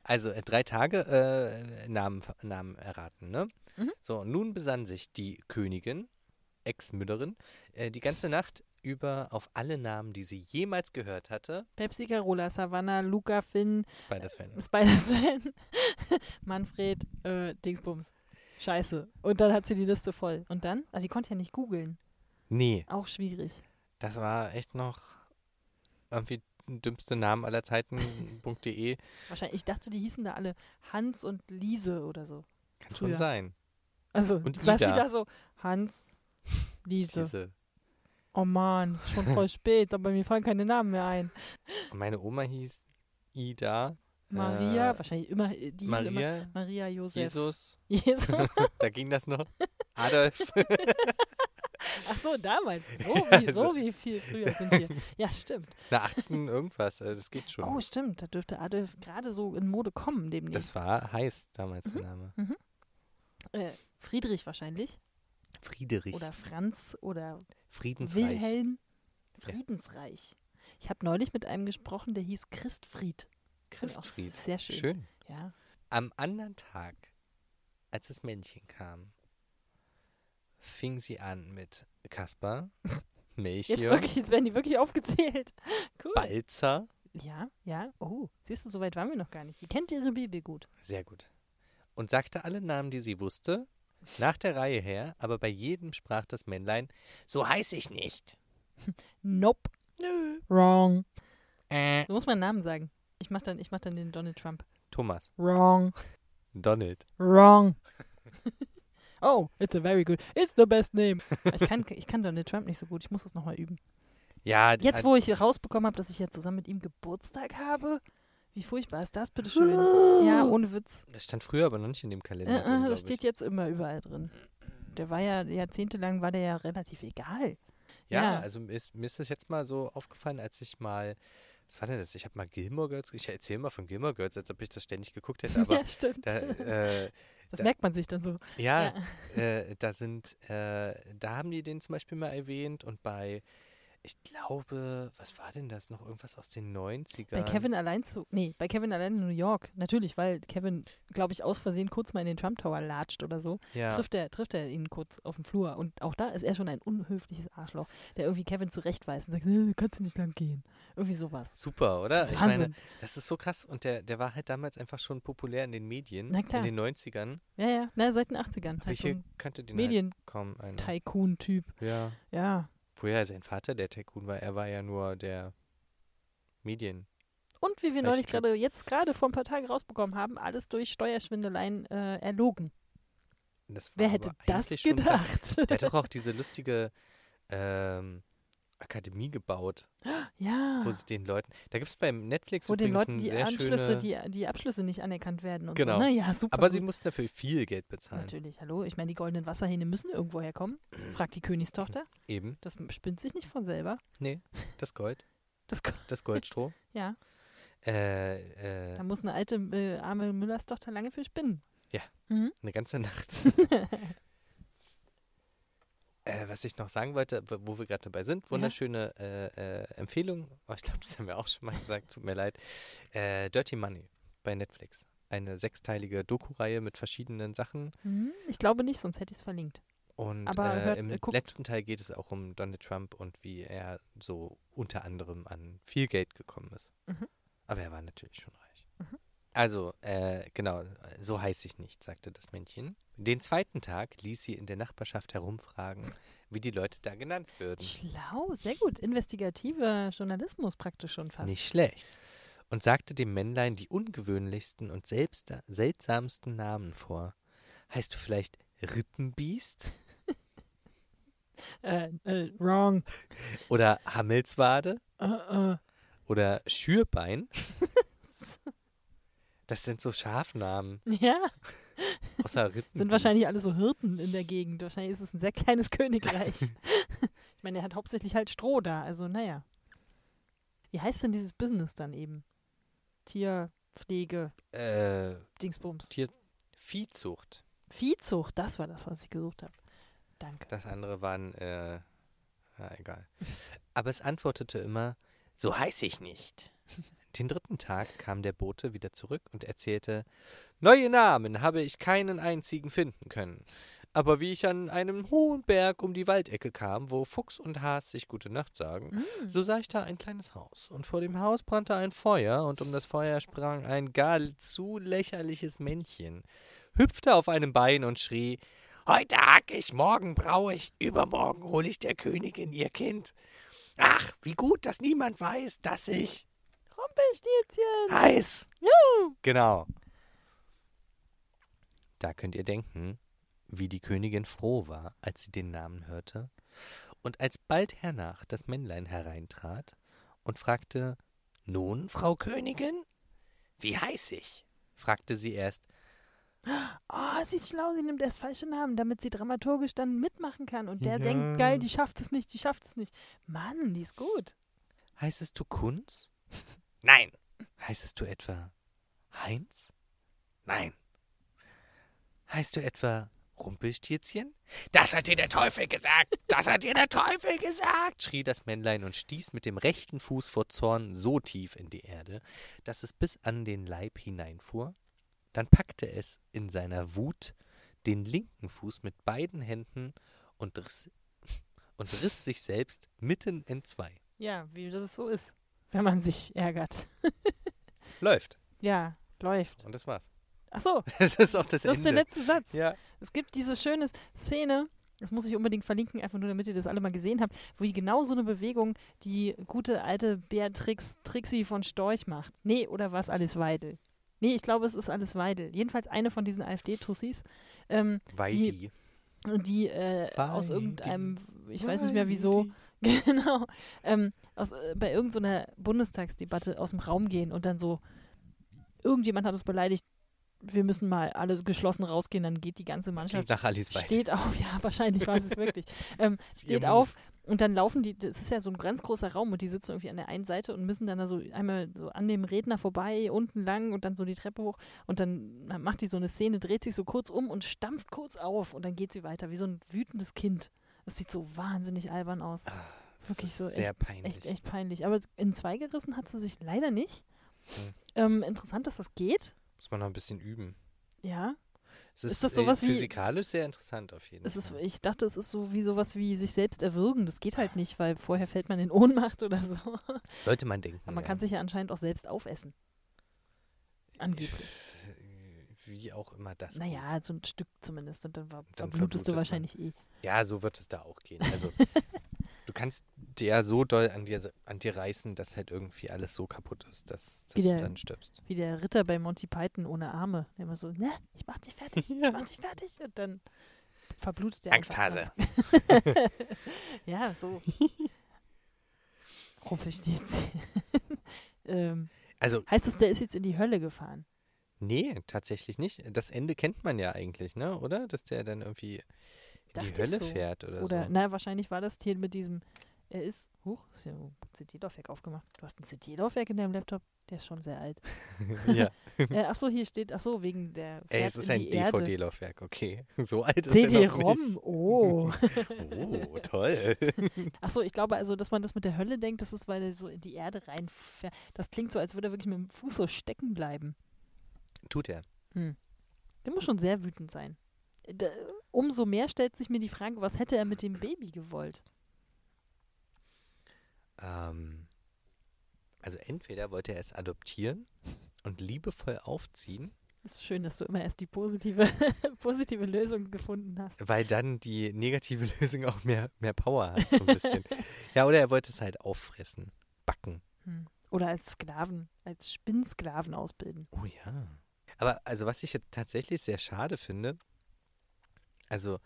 Speaker 2: Also äh, drei Tage äh, Namen, ver- Namen erraten, ne?
Speaker 3: Mhm.
Speaker 2: So, nun besann sich die Königin, Ex-Müllerin, äh, die ganze Nacht über auf alle Namen, die sie jemals gehört hatte.
Speaker 3: Pepsi Carola, Savannah, Luca, Finn,
Speaker 2: Spider-Sven.
Speaker 3: Spider-Sven, [laughs] Manfred, äh, Dingsbums. Scheiße. Und dann hat sie die Liste voll. Und dann? Also, die konnte ja nicht googeln.
Speaker 2: Nee,
Speaker 3: Auch schwierig.
Speaker 2: das war echt noch irgendwie dümmste Namen aller [laughs] Zeiten.de.
Speaker 3: Wahrscheinlich, ich dachte, die hießen da alle Hans und Liese oder so.
Speaker 2: Kann schon
Speaker 3: Früher.
Speaker 2: sein.
Speaker 3: Also,
Speaker 2: Und
Speaker 3: saß sie
Speaker 2: Ida.
Speaker 3: da so, Hans, Liese.
Speaker 2: Diese.
Speaker 3: Oh Mann, es ist
Speaker 2: [laughs]
Speaker 3: schon voll spät, aber mir fallen keine Namen mehr ein.
Speaker 2: Und meine Oma hieß Ida
Speaker 3: Maria,
Speaker 2: Äh,
Speaker 3: wahrscheinlich immer äh, die hießen immer
Speaker 2: Maria,
Speaker 3: Maria Josef. [laughs]
Speaker 2: Jesus,
Speaker 3: Jesus.
Speaker 2: [laughs] da ging das noch.
Speaker 3: [laughs]
Speaker 2: Adolf.
Speaker 3: Ach so, damals.
Speaker 2: [laughs]
Speaker 3: So wie,
Speaker 2: Also
Speaker 3: so wie viel früher sind wir. Ja, stimmt.
Speaker 2: Na, 18 irgendwas, also das geht schon.
Speaker 3: Oh, stimmt. Da dürfte Adolf gerade so in Mode kommen demnächst.
Speaker 2: das war heiß damals der
Speaker 3: Mhm.
Speaker 2: Name.
Speaker 3: äh, Friedrich wahrscheinlich.
Speaker 2: Friedrich.
Speaker 3: Oder Franz oder
Speaker 2: Friedensreich.
Speaker 3: Wilhelm. Friedensreich. Ich habe neulich mit einem gesprochen, der hieß Christfried. Fand ich auch
Speaker 2: Christfried.
Speaker 3: Sehr schön.
Speaker 2: Schön.
Speaker 3: Ja.
Speaker 2: Am anderen Tag, als das Männchen kam, fing sie an mit
Speaker 3: [laughs]
Speaker 2: Kaspar,
Speaker 3: Jetzt
Speaker 2: Melchior,
Speaker 3: wirklich, jetzt werden die wirklich aufgezählt. [laughs] Cool.
Speaker 2: Balzer.
Speaker 3: Ja, ja. Oh, siehst du, so weit waren wir noch gar nicht. Die kennt ihre Bibel gut.
Speaker 2: Sehr gut. Und sagte alle Namen, die sie wusste, nach der Reihe her, aber bei jedem sprach das Männlein, so heiß ich nicht.
Speaker 3: Nope.
Speaker 2: Nö.
Speaker 3: Wrong.
Speaker 2: Äh.
Speaker 3: Du musst meinen Namen sagen. Ich mach dann, ich mach dann den Donald Trump.
Speaker 2: Thomas.
Speaker 3: Wrong.
Speaker 2: Donald.
Speaker 3: Wrong. [laughs] oh, it's a very good. It's the best [laughs] name. Ich kann, ich kann Donald Trump nicht so gut. Ich muss das nochmal üben.
Speaker 2: Ja, d-
Speaker 3: Jetzt,
Speaker 2: an-
Speaker 3: wo ich rausbekommen habe, dass ich ja zusammen mit ihm Geburtstag habe. Wie furchtbar ist das, bitteschön?
Speaker 2: [laughs]
Speaker 3: Ja, ohne Witz.
Speaker 2: das stand früher aber noch nicht in dem
Speaker 3: Äh,
Speaker 2: Kalender. drin,
Speaker 3: äh, das
Speaker 2: glaub ich.
Speaker 3: steht jetzt immer überall drin. Der war ja, jahrzehntelang war der ja relativ egal. [laughs]
Speaker 2: Ja,
Speaker 3: ja.
Speaker 2: also mir ist, mir ist das jetzt mal so aufgefallen, als ich mal, was war denn das? Ich habe mal Gilmore Girls, ich erzähle mal von Gilmore Girls, als ob ich das ständig geguckt hätte, aber
Speaker 3: [laughs] ja, stimmt.
Speaker 2: da, äh,
Speaker 3: das
Speaker 2: da-
Speaker 3: merkt man sich dann so.
Speaker 2: ja, Äh, da sind, äh, da haben die den zum Beispiel mal erwähnt und bei, ich glaube, was war denn das? Noch irgendwas aus den 90ern?
Speaker 3: Bei Kevin allein zu. Nee, bei Kevin allein in New York. Natürlich, weil Kevin, glaube ich, aus Versehen kurz mal in den Trump Tower latscht oder so.
Speaker 2: ja.
Speaker 3: Trifft, er, trifft er ihn kurz auf dem Flur. Und auch da ist er schon ein unhöfliches Arschloch, der irgendwie Kevin zurechtweist und sagt: "Äh, kannst du nicht lang gehen. Irgendwie sowas.
Speaker 2: Super, oder?
Speaker 3: Das ist
Speaker 2: Ich meine,
Speaker 3: Wahnsinn.
Speaker 2: das ist so krass. Und der, der war halt damals einfach schon populär in den Medien,
Speaker 3: Na klar.
Speaker 2: in den 90ern.
Speaker 3: Ja, ja, na, seit den 80ern.
Speaker 2: Aber
Speaker 3: Halt
Speaker 2: ich
Speaker 3: so
Speaker 2: hier
Speaker 3: ein
Speaker 2: kannte den halt kaum einer.
Speaker 3: Medien-Tycoon-Typ.
Speaker 2: Ja.
Speaker 3: Ja.
Speaker 2: Woher sein Vater der Tycoon war, er war ja nur der Medien.
Speaker 3: Und wie
Speaker 2: Ja,
Speaker 3: wir
Speaker 2: ich
Speaker 3: neulich
Speaker 2: glaub-
Speaker 3: gerade, jetzt gerade vor ein paar Tagen rausbekommen haben, alles durch Steuerschwindeleien äh, erlogen.
Speaker 2: Das war
Speaker 3: Wer
Speaker 2: aber
Speaker 3: hätte das
Speaker 2: eigentlich schon klar. [laughs]
Speaker 3: gedacht?
Speaker 2: Der hat doch auch diese lustige ähm, Akademie gebaut,
Speaker 3: ja.
Speaker 2: wo sie den Leuten, da gibt es beim Netflix
Speaker 3: Ah. Wo den
Speaker 2: übrigens
Speaker 3: Leuten
Speaker 2: einen
Speaker 3: die
Speaker 2: sehr
Speaker 3: Anschlüsse,
Speaker 2: schöne,
Speaker 3: die, die Abschlüsse nicht anerkannt werden und
Speaker 2: Genau.
Speaker 3: so. Naja, super.
Speaker 2: aber sie
Speaker 3: gut.
Speaker 2: mussten dafür viel Geld bezahlen.
Speaker 3: Natürlich, hallo. Ich meine, die goldenen Wasserhähne müssen irgendwo herkommen. Fragt die Königstochter.
Speaker 2: Eben,
Speaker 3: Das spinnt sich nicht von selber.
Speaker 2: das Gold,
Speaker 3: Das, ko-
Speaker 2: das
Speaker 3: [laughs]
Speaker 2: Goldstroh.
Speaker 3: ja,
Speaker 2: äh, äh,
Speaker 3: da muss eine alte, äh, arme Müllers Tochter lange für spinnen.
Speaker 2: Eine ganze Nacht. äh, was ich noch sagen wollte, w- wo wir gerade dabei sind, wunderschöne äh, äh, Empfehlung. Oh, ich glaube, das haben wir auch schon mal gesagt, tut mir leid. Äh, Dirty Money bei Netflix. Eine sechsteilige Doku-Reihe mit verschiedenen Sachen.
Speaker 3: Hm, Ich glaube nicht, sonst hätte ich es verlinkt.
Speaker 2: Und
Speaker 3: Aber
Speaker 2: äh,
Speaker 3: hört-
Speaker 2: im
Speaker 3: äh, guckt.
Speaker 2: letzten Teil geht es auch um Donald Trump und wie er so unter anderem an viel Geld gekommen ist.
Speaker 3: Mhm.
Speaker 2: Aber er war natürlich schon reich. Also, äh, genau, so heiß ich nicht, sagte das Männchen. Den zweiten Tag ließ sie in der Nachbarschaft herumfragen, wie die Leute da genannt würden.
Speaker 3: Schlau, sehr gut. Investigativer Journalismus praktisch schon fast.
Speaker 2: Nicht schlecht. Und sagte dem Männlein die ungewöhnlichsten und selbst seltsamsten Namen vor. Heißt du vielleicht Rippenbiest?
Speaker 3: Äh, äh, wrong.
Speaker 2: Oder Hammelswade?
Speaker 3: Äh, äh.
Speaker 2: oder
Speaker 3: [laughs]
Speaker 2: Schürbein. Das sind so Schafnamen,
Speaker 3: Ja,
Speaker 2: außer Rippen.
Speaker 3: sind wahrscheinlich alle so Hirten in der Gegend. Wahrscheinlich ist es ein sehr kleines [laughs] Königreich. ich meine, er hat hauptsächlich halt Stroh da, also naja. Wie heißt denn dieses Business dann eben? Tierpflege,
Speaker 2: äh,
Speaker 3: Dingsbums.
Speaker 2: Viehzucht.
Speaker 3: Viehzucht, das war das, was ich gesucht habe. Danke.
Speaker 2: Das andere waren, äh, ja, egal. Aber es antwortete immer, so heiß ich nicht. Den dritten Tag kam der Bote wieder zurück und erzählte, neue Namen habe ich keinen einzigen finden können. Aber wie ich an einem hohen Berg um die Waldecke kam, wo Fuchs und Haas sich gute Nacht sagen, So sah ich da ein kleines Haus, und vor dem Haus brannte ein Feuer, und um das Feuer sprang ein gar zu lächerliches Männchen, hüpfte auf einem Bein und schrie Heute hack ich, morgen braue ich, übermorgen hole ich der Königin ihr Kind. Ach, wie gut, dass niemand weiß, dass ich
Speaker 3: Rumpelstilzchen!
Speaker 2: heiß. Genau. Da könnt ihr denken, wie die Königin froh war, als sie den Namen hörte. Und als bald hernach das Männlein hereintrat und fragte: Nun, Frau Königin, Wie heiß ich? fragte sie erst.
Speaker 3: Oh, sie ist schlau, sie nimmt erst falsche Namen, damit sie dramaturgisch dann mitmachen kann. Und der denkt, geil, die schafft es nicht, die schafft es nicht. Mann, die ist gut.
Speaker 2: Heißest du Kunz? [laughs] Nein. Heißest du etwa Heinz? Nein. Heißt du etwa Rumpelstilzchen? Das hat dir der Teufel gesagt! Das hat dir der Teufel gesagt! schrie das Männlein und stieß mit dem rechten Fuß vor Zorn so tief in die Erde, dass es bis an den Leib hineinfuhr. Dann packte es in seiner Wut den linken Fuß mit beiden Händen und riss, [laughs] und riss sich selbst mitten in zwei.
Speaker 3: Ja, wie das so ist, wenn man sich ärgert.
Speaker 2: Läuft.
Speaker 3: Ja, läuft.
Speaker 2: Und das
Speaker 3: [laughs]
Speaker 2: war's.
Speaker 3: Ach so,
Speaker 2: Das ist auch das,
Speaker 3: das ist der
Speaker 2: Ende.
Speaker 3: letzte Satz.
Speaker 2: ja.
Speaker 3: Es gibt diese schöne Szene, das muss ich unbedingt verlinken, einfach nur damit ihr das alle mal gesehen habt, wo die genau so eine Bewegung die gute alte Beatrix Trixie von Storch macht. Nee, oder war es Alice Weidel? Nee, ich glaube, es ist Alice Weidel. Jedenfalls eine von diesen AfD-Tussis, ähm,
Speaker 2: Weidi.
Speaker 3: die äh, aus
Speaker 2: Weidel.
Speaker 3: irgendeinem, ich weiß nicht mehr wieso, [laughs] genau, ähm, aus, äh, bei irgendeiner Bundestagsdebatte aus dem Raum gehen und dann so, irgendjemand hat uns beleidigt, wir müssen mal alle geschlossen rausgehen, dann geht die ganze
Speaker 2: Das
Speaker 3: Mannschaft
Speaker 2: klingt nach Alice Weidi.
Speaker 3: Steht auf, [laughs] ja, wahrscheinlich war es es wirklich. Ähm, steht
Speaker 2: Move.
Speaker 3: auf und dann laufen die, das ist ja so ein ganz großer Raum und die sitzen irgendwie an der einen Seite und müssen dann da so einmal so an dem Redner vorbei, unten lang und dann so die Treppe hoch und dann macht die so eine Szene, dreht sich so kurz um und stampft kurz auf und dann geht sie weiter, wie so ein wütendes Kind. Das sieht so wahnsinnig albern aus.
Speaker 2: Ah, das
Speaker 3: Wirklich
Speaker 2: ist
Speaker 3: so
Speaker 2: sehr peinlich.
Speaker 3: Echt, echt peinlich. Aber in zwei gerissen hat sie sich leider nicht.
Speaker 2: Hm.
Speaker 3: Ähm, interessant, dass das geht.
Speaker 2: Muss man noch ein bisschen üben.
Speaker 3: Ja.
Speaker 2: Es ist,
Speaker 3: Ist das
Speaker 2: äh,
Speaker 3: sowas wie-
Speaker 2: physikalisch sehr interessant auf jeden
Speaker 3: Es ist,
Speaker 2: Fall.
Speaker 3: ich dachte, es ist so wie sowas wie sich selbst erwürgen. Das geht halt nicht, weil vorher fällt man in Ohnmacht oder so. Aber
Speaker 2: Sollte man denken.
Speaker 3: man
Speaker 2: ja.
Speaker 3: kann sich ja anscheinend auch selbst aufessen. Angeblich.
Speaker 2: Wie auch immer das. geht.
Speaker 3: Naja, so ein Stück zumindest. Und dann, war,
Speaker 2: Dann
Speaker 3: blutest
Speaker 2: verblutet
Speaker 3: du
Speaker 2: man.
Speaker 3: wahrscheinlich eh.
Speaker 2: Ja, so wird es da auch gehen.
Speaker 3: [laughs]
Speaker 2: Also, du kannst dir so doll an dir, an dir reißen, dass halt irgendwie alles so kaputt ist, dass, dass
Speaker 3: Wie
Speaker 2: du
Speaker 3: der-
Speaker 2: dann stirbst.
Speaker 3: Wie der Ritter bei Monty Python ohne Arme. Der immer so, ne, ich mach dich
Speaker 2: [laughs]
Speaker 3: fertig,
Speaker 2: Ja.
Speaker 3: ich mach dich fertig. Und dann verblutet der
Speaker 2: Angsthase.
Speaker 3: einfach ganz- [laughs] ja,
Speaker 2: [laughs]
Speaker 3: so. Rumpel steht's. [laughs] ähm,
Speaker 2: Also,
Speaker 3: heißt es, der ist jetzt in die Hölle gefahren?
Speaker 2: nee, tatsächlich nicht. Das Ende kennt man ja eigentlich, ne? Oder? Dass der dann irgendwie in
Speaker 3: Dachte ich
Speaker 2: die Hölle
Speaker 3: so.
Speaker 2: fährt oder,
Speaker 3: Oder,
Speaker 2: so.
Speaker 3: na, wahrscheinlich war das Tier mit diesem, er ist, huch, ist ja ein CT-Laufwerk aufgemacht. Du hast ein CT-Laufwerk in deinem Laptop? Der ist schon sehr
Speaker 2: [laughs]
Speaker 3: alt. [laughs]
Speaker 2: ja.
Speaker 3: äh, ach so, hier steht, ach so, wegen der
Speaker 2: Ey,
Speaker 3: fährt
Speaker 2: es ist
Speaker 3: in
Speaker 2: ein
Speaker 3: die Erde.
Speaker 2: DVD-Laufwerk, okay. [laughs] So alt ist er noch nicht.
Speaker 3: CD-ROM,
Speaker 2: [laughs]
Speaker 3: oh.
Speaker 2: Oh, toll. [laughs]
Speaker 3: Ach so, ich glaube also, dass man das mit der Hölle denkt, das ist, weil er so in die Erde reinfährt. Das klingt so, als würde er wirklich mit dem Fuß so stecken bleiben.
Speaker 2: Tut er.
Speaker 3: Der muss schon sehr wütend sein. Da, umso mehr stellt sich mir die Frage, was hätte er mit dem Baby gewollt?
Speaker 2: Ähm, also entweder wollte er es adoptieren und liebevoll aufziehen,
Speaker 3: Ist schön, dass du immer erst die positive, [laughs] positive Lösung gefunden hast.
Speaker 2: weil dann die negative [laughs] Lösung auch mehr, mehr Power hat, so ein
Speaker 3: [laughs]
Speaker 2: bisschen. ja, oder er wollte es halt auffressen, backen.
Speaker 3: Hm. Oder als Sklaven, als Spinnsklaven ausbilden.
Speaker 2: Oh ja. Aber also was ich jetzt tatsächlich sehr schade finde, also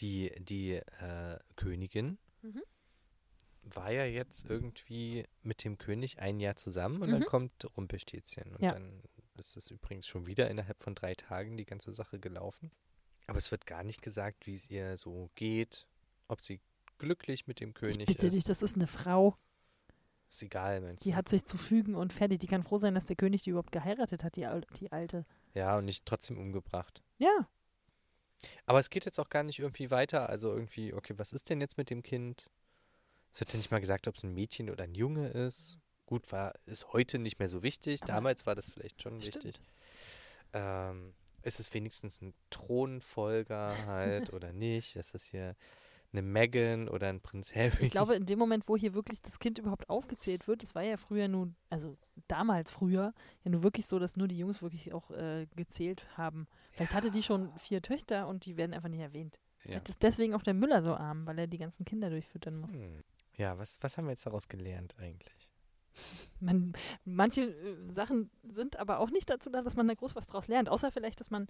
Speaker 2: die, die äh, Königin
Speaker 3: Mhm.
Speaker 2: war ja jetzt irgendwie mit dem König ein Jahr zusammen und dann
Speaker 3: Mhm.
Speaker 2: kommt Rumpelstilzchen. Und
Speaker 3: Ja.
Speaker 2: dann ist es übrigens schon wieder innerhalb von drei Tagen die ganze Sache gelaufen. Aber es wird gar nicht gesagt, wie es ihr so geht, ob sie glücklich mit dem
Speaker 3: Ich
Speaker 2: König
Speaker 3: bitte
Speaker 2: ist.
Speaker 3: dich, das ist eine Frau,
Speaker 2: Ist egal, meinst
Speaker 3: die
Speaker 2: du?
Speaker 3: hat sich zu fügen und fertig. Die kann froh sein, dass der König die überhaupt geheiratet hat, die, Al- die alte.
Speaker 2: Ja, und nicht trotzdem umgebracht.
Speaker 3: Ja,
Speaker 2: Aber es geht jetzt auch gar nicht irgendwie weiter. Also irgendwie, okay, was ist denn jetzt mit dem Kind? Es wird ja nicht mal gesagt, ob es ein Mädchen oder ein Junge ist. Gut, war, ist heute nicht mehr so wichtig.
Speaker 3: Aber-
Speaker 2: Damals war das vielleicht schon
Speaker 3: Stimmt.
Speaker 2: wichtig. Ähm, ist es wenigstens ein Thronfolger halt oder nicht? Ist es hier eine Meghan oder ein Prinz Harry?
Speaker 3: ich glaube, in dem Moment, wo hier wirklich das Kind überhaupt aufgezählt wird, das war ja früher nun, also damals früher, ja nur wirklich so, dass nur die Jungs wirklich auch äh, gezählt haben. Vielleicht hatte die schon vier Töchter und die werden einfach nicht erwähnt.
Speaker 2: [laughs] Ja,
Speaker 3: Vielleicht ist deswegen auch der Müller so arm, weil er die ganzen Kinder durchfüttern muss.
Speaker 2: hm. ja was, was haben wir jetzt daraus gelernt eigentlich?
Speaker 3: Man, manche äh, Sachen sind aber auch nicht dazu da, dass man da groß was draus lernt, außer vielleicht, dass man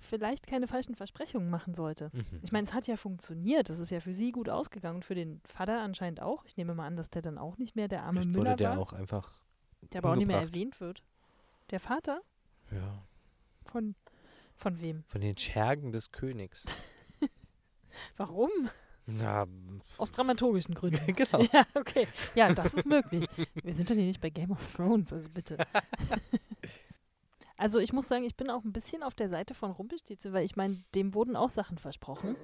Speaker 3: vielleicht keine falschen Versprechungen machen sollte.
Speaker 2: Mhm.
Speaker 3: Ich meine, es hat ja funktioniert, es ist ja für sie gut ausgegangen und für den Vater anscheinend auch. Ich nehme mal an, dass der dann auch nicht mehr der arme
Speaker 2: Vielleicht
Speaker 3: Müller
Speaker 2: wurde der
Speaker 3: war,
Speaker 2: auch einfach
Speaker 3: der aber auch nicht mehr
Speaker 2: umgebracht.
Speaker 3: erwähnt wird. Der Vater
Speaker 2: Ja.
Speaker 3: von, von wem?
Speaker 2: Von den Schergen des Königs.
Speaker 3: Warum?
Speaker 2: [laughs] Na, pf,
Speaker 3: Aus dramaturgischen
Speaker 2: [laughs]
Speaker 3: Gründen.
Speaker 2: genau. [laughs]
Speaker 3: Ja, okay. Ja, das ist möglich. Wir sind doch hier nicht bei Game of Thrones, also bitte. [laughs] Also ich muss sagen, ich bin auch ein bisschen auf der Seite von Rumpelstilzchen, weil ich meine, dem wurden auch Sachen versprochen.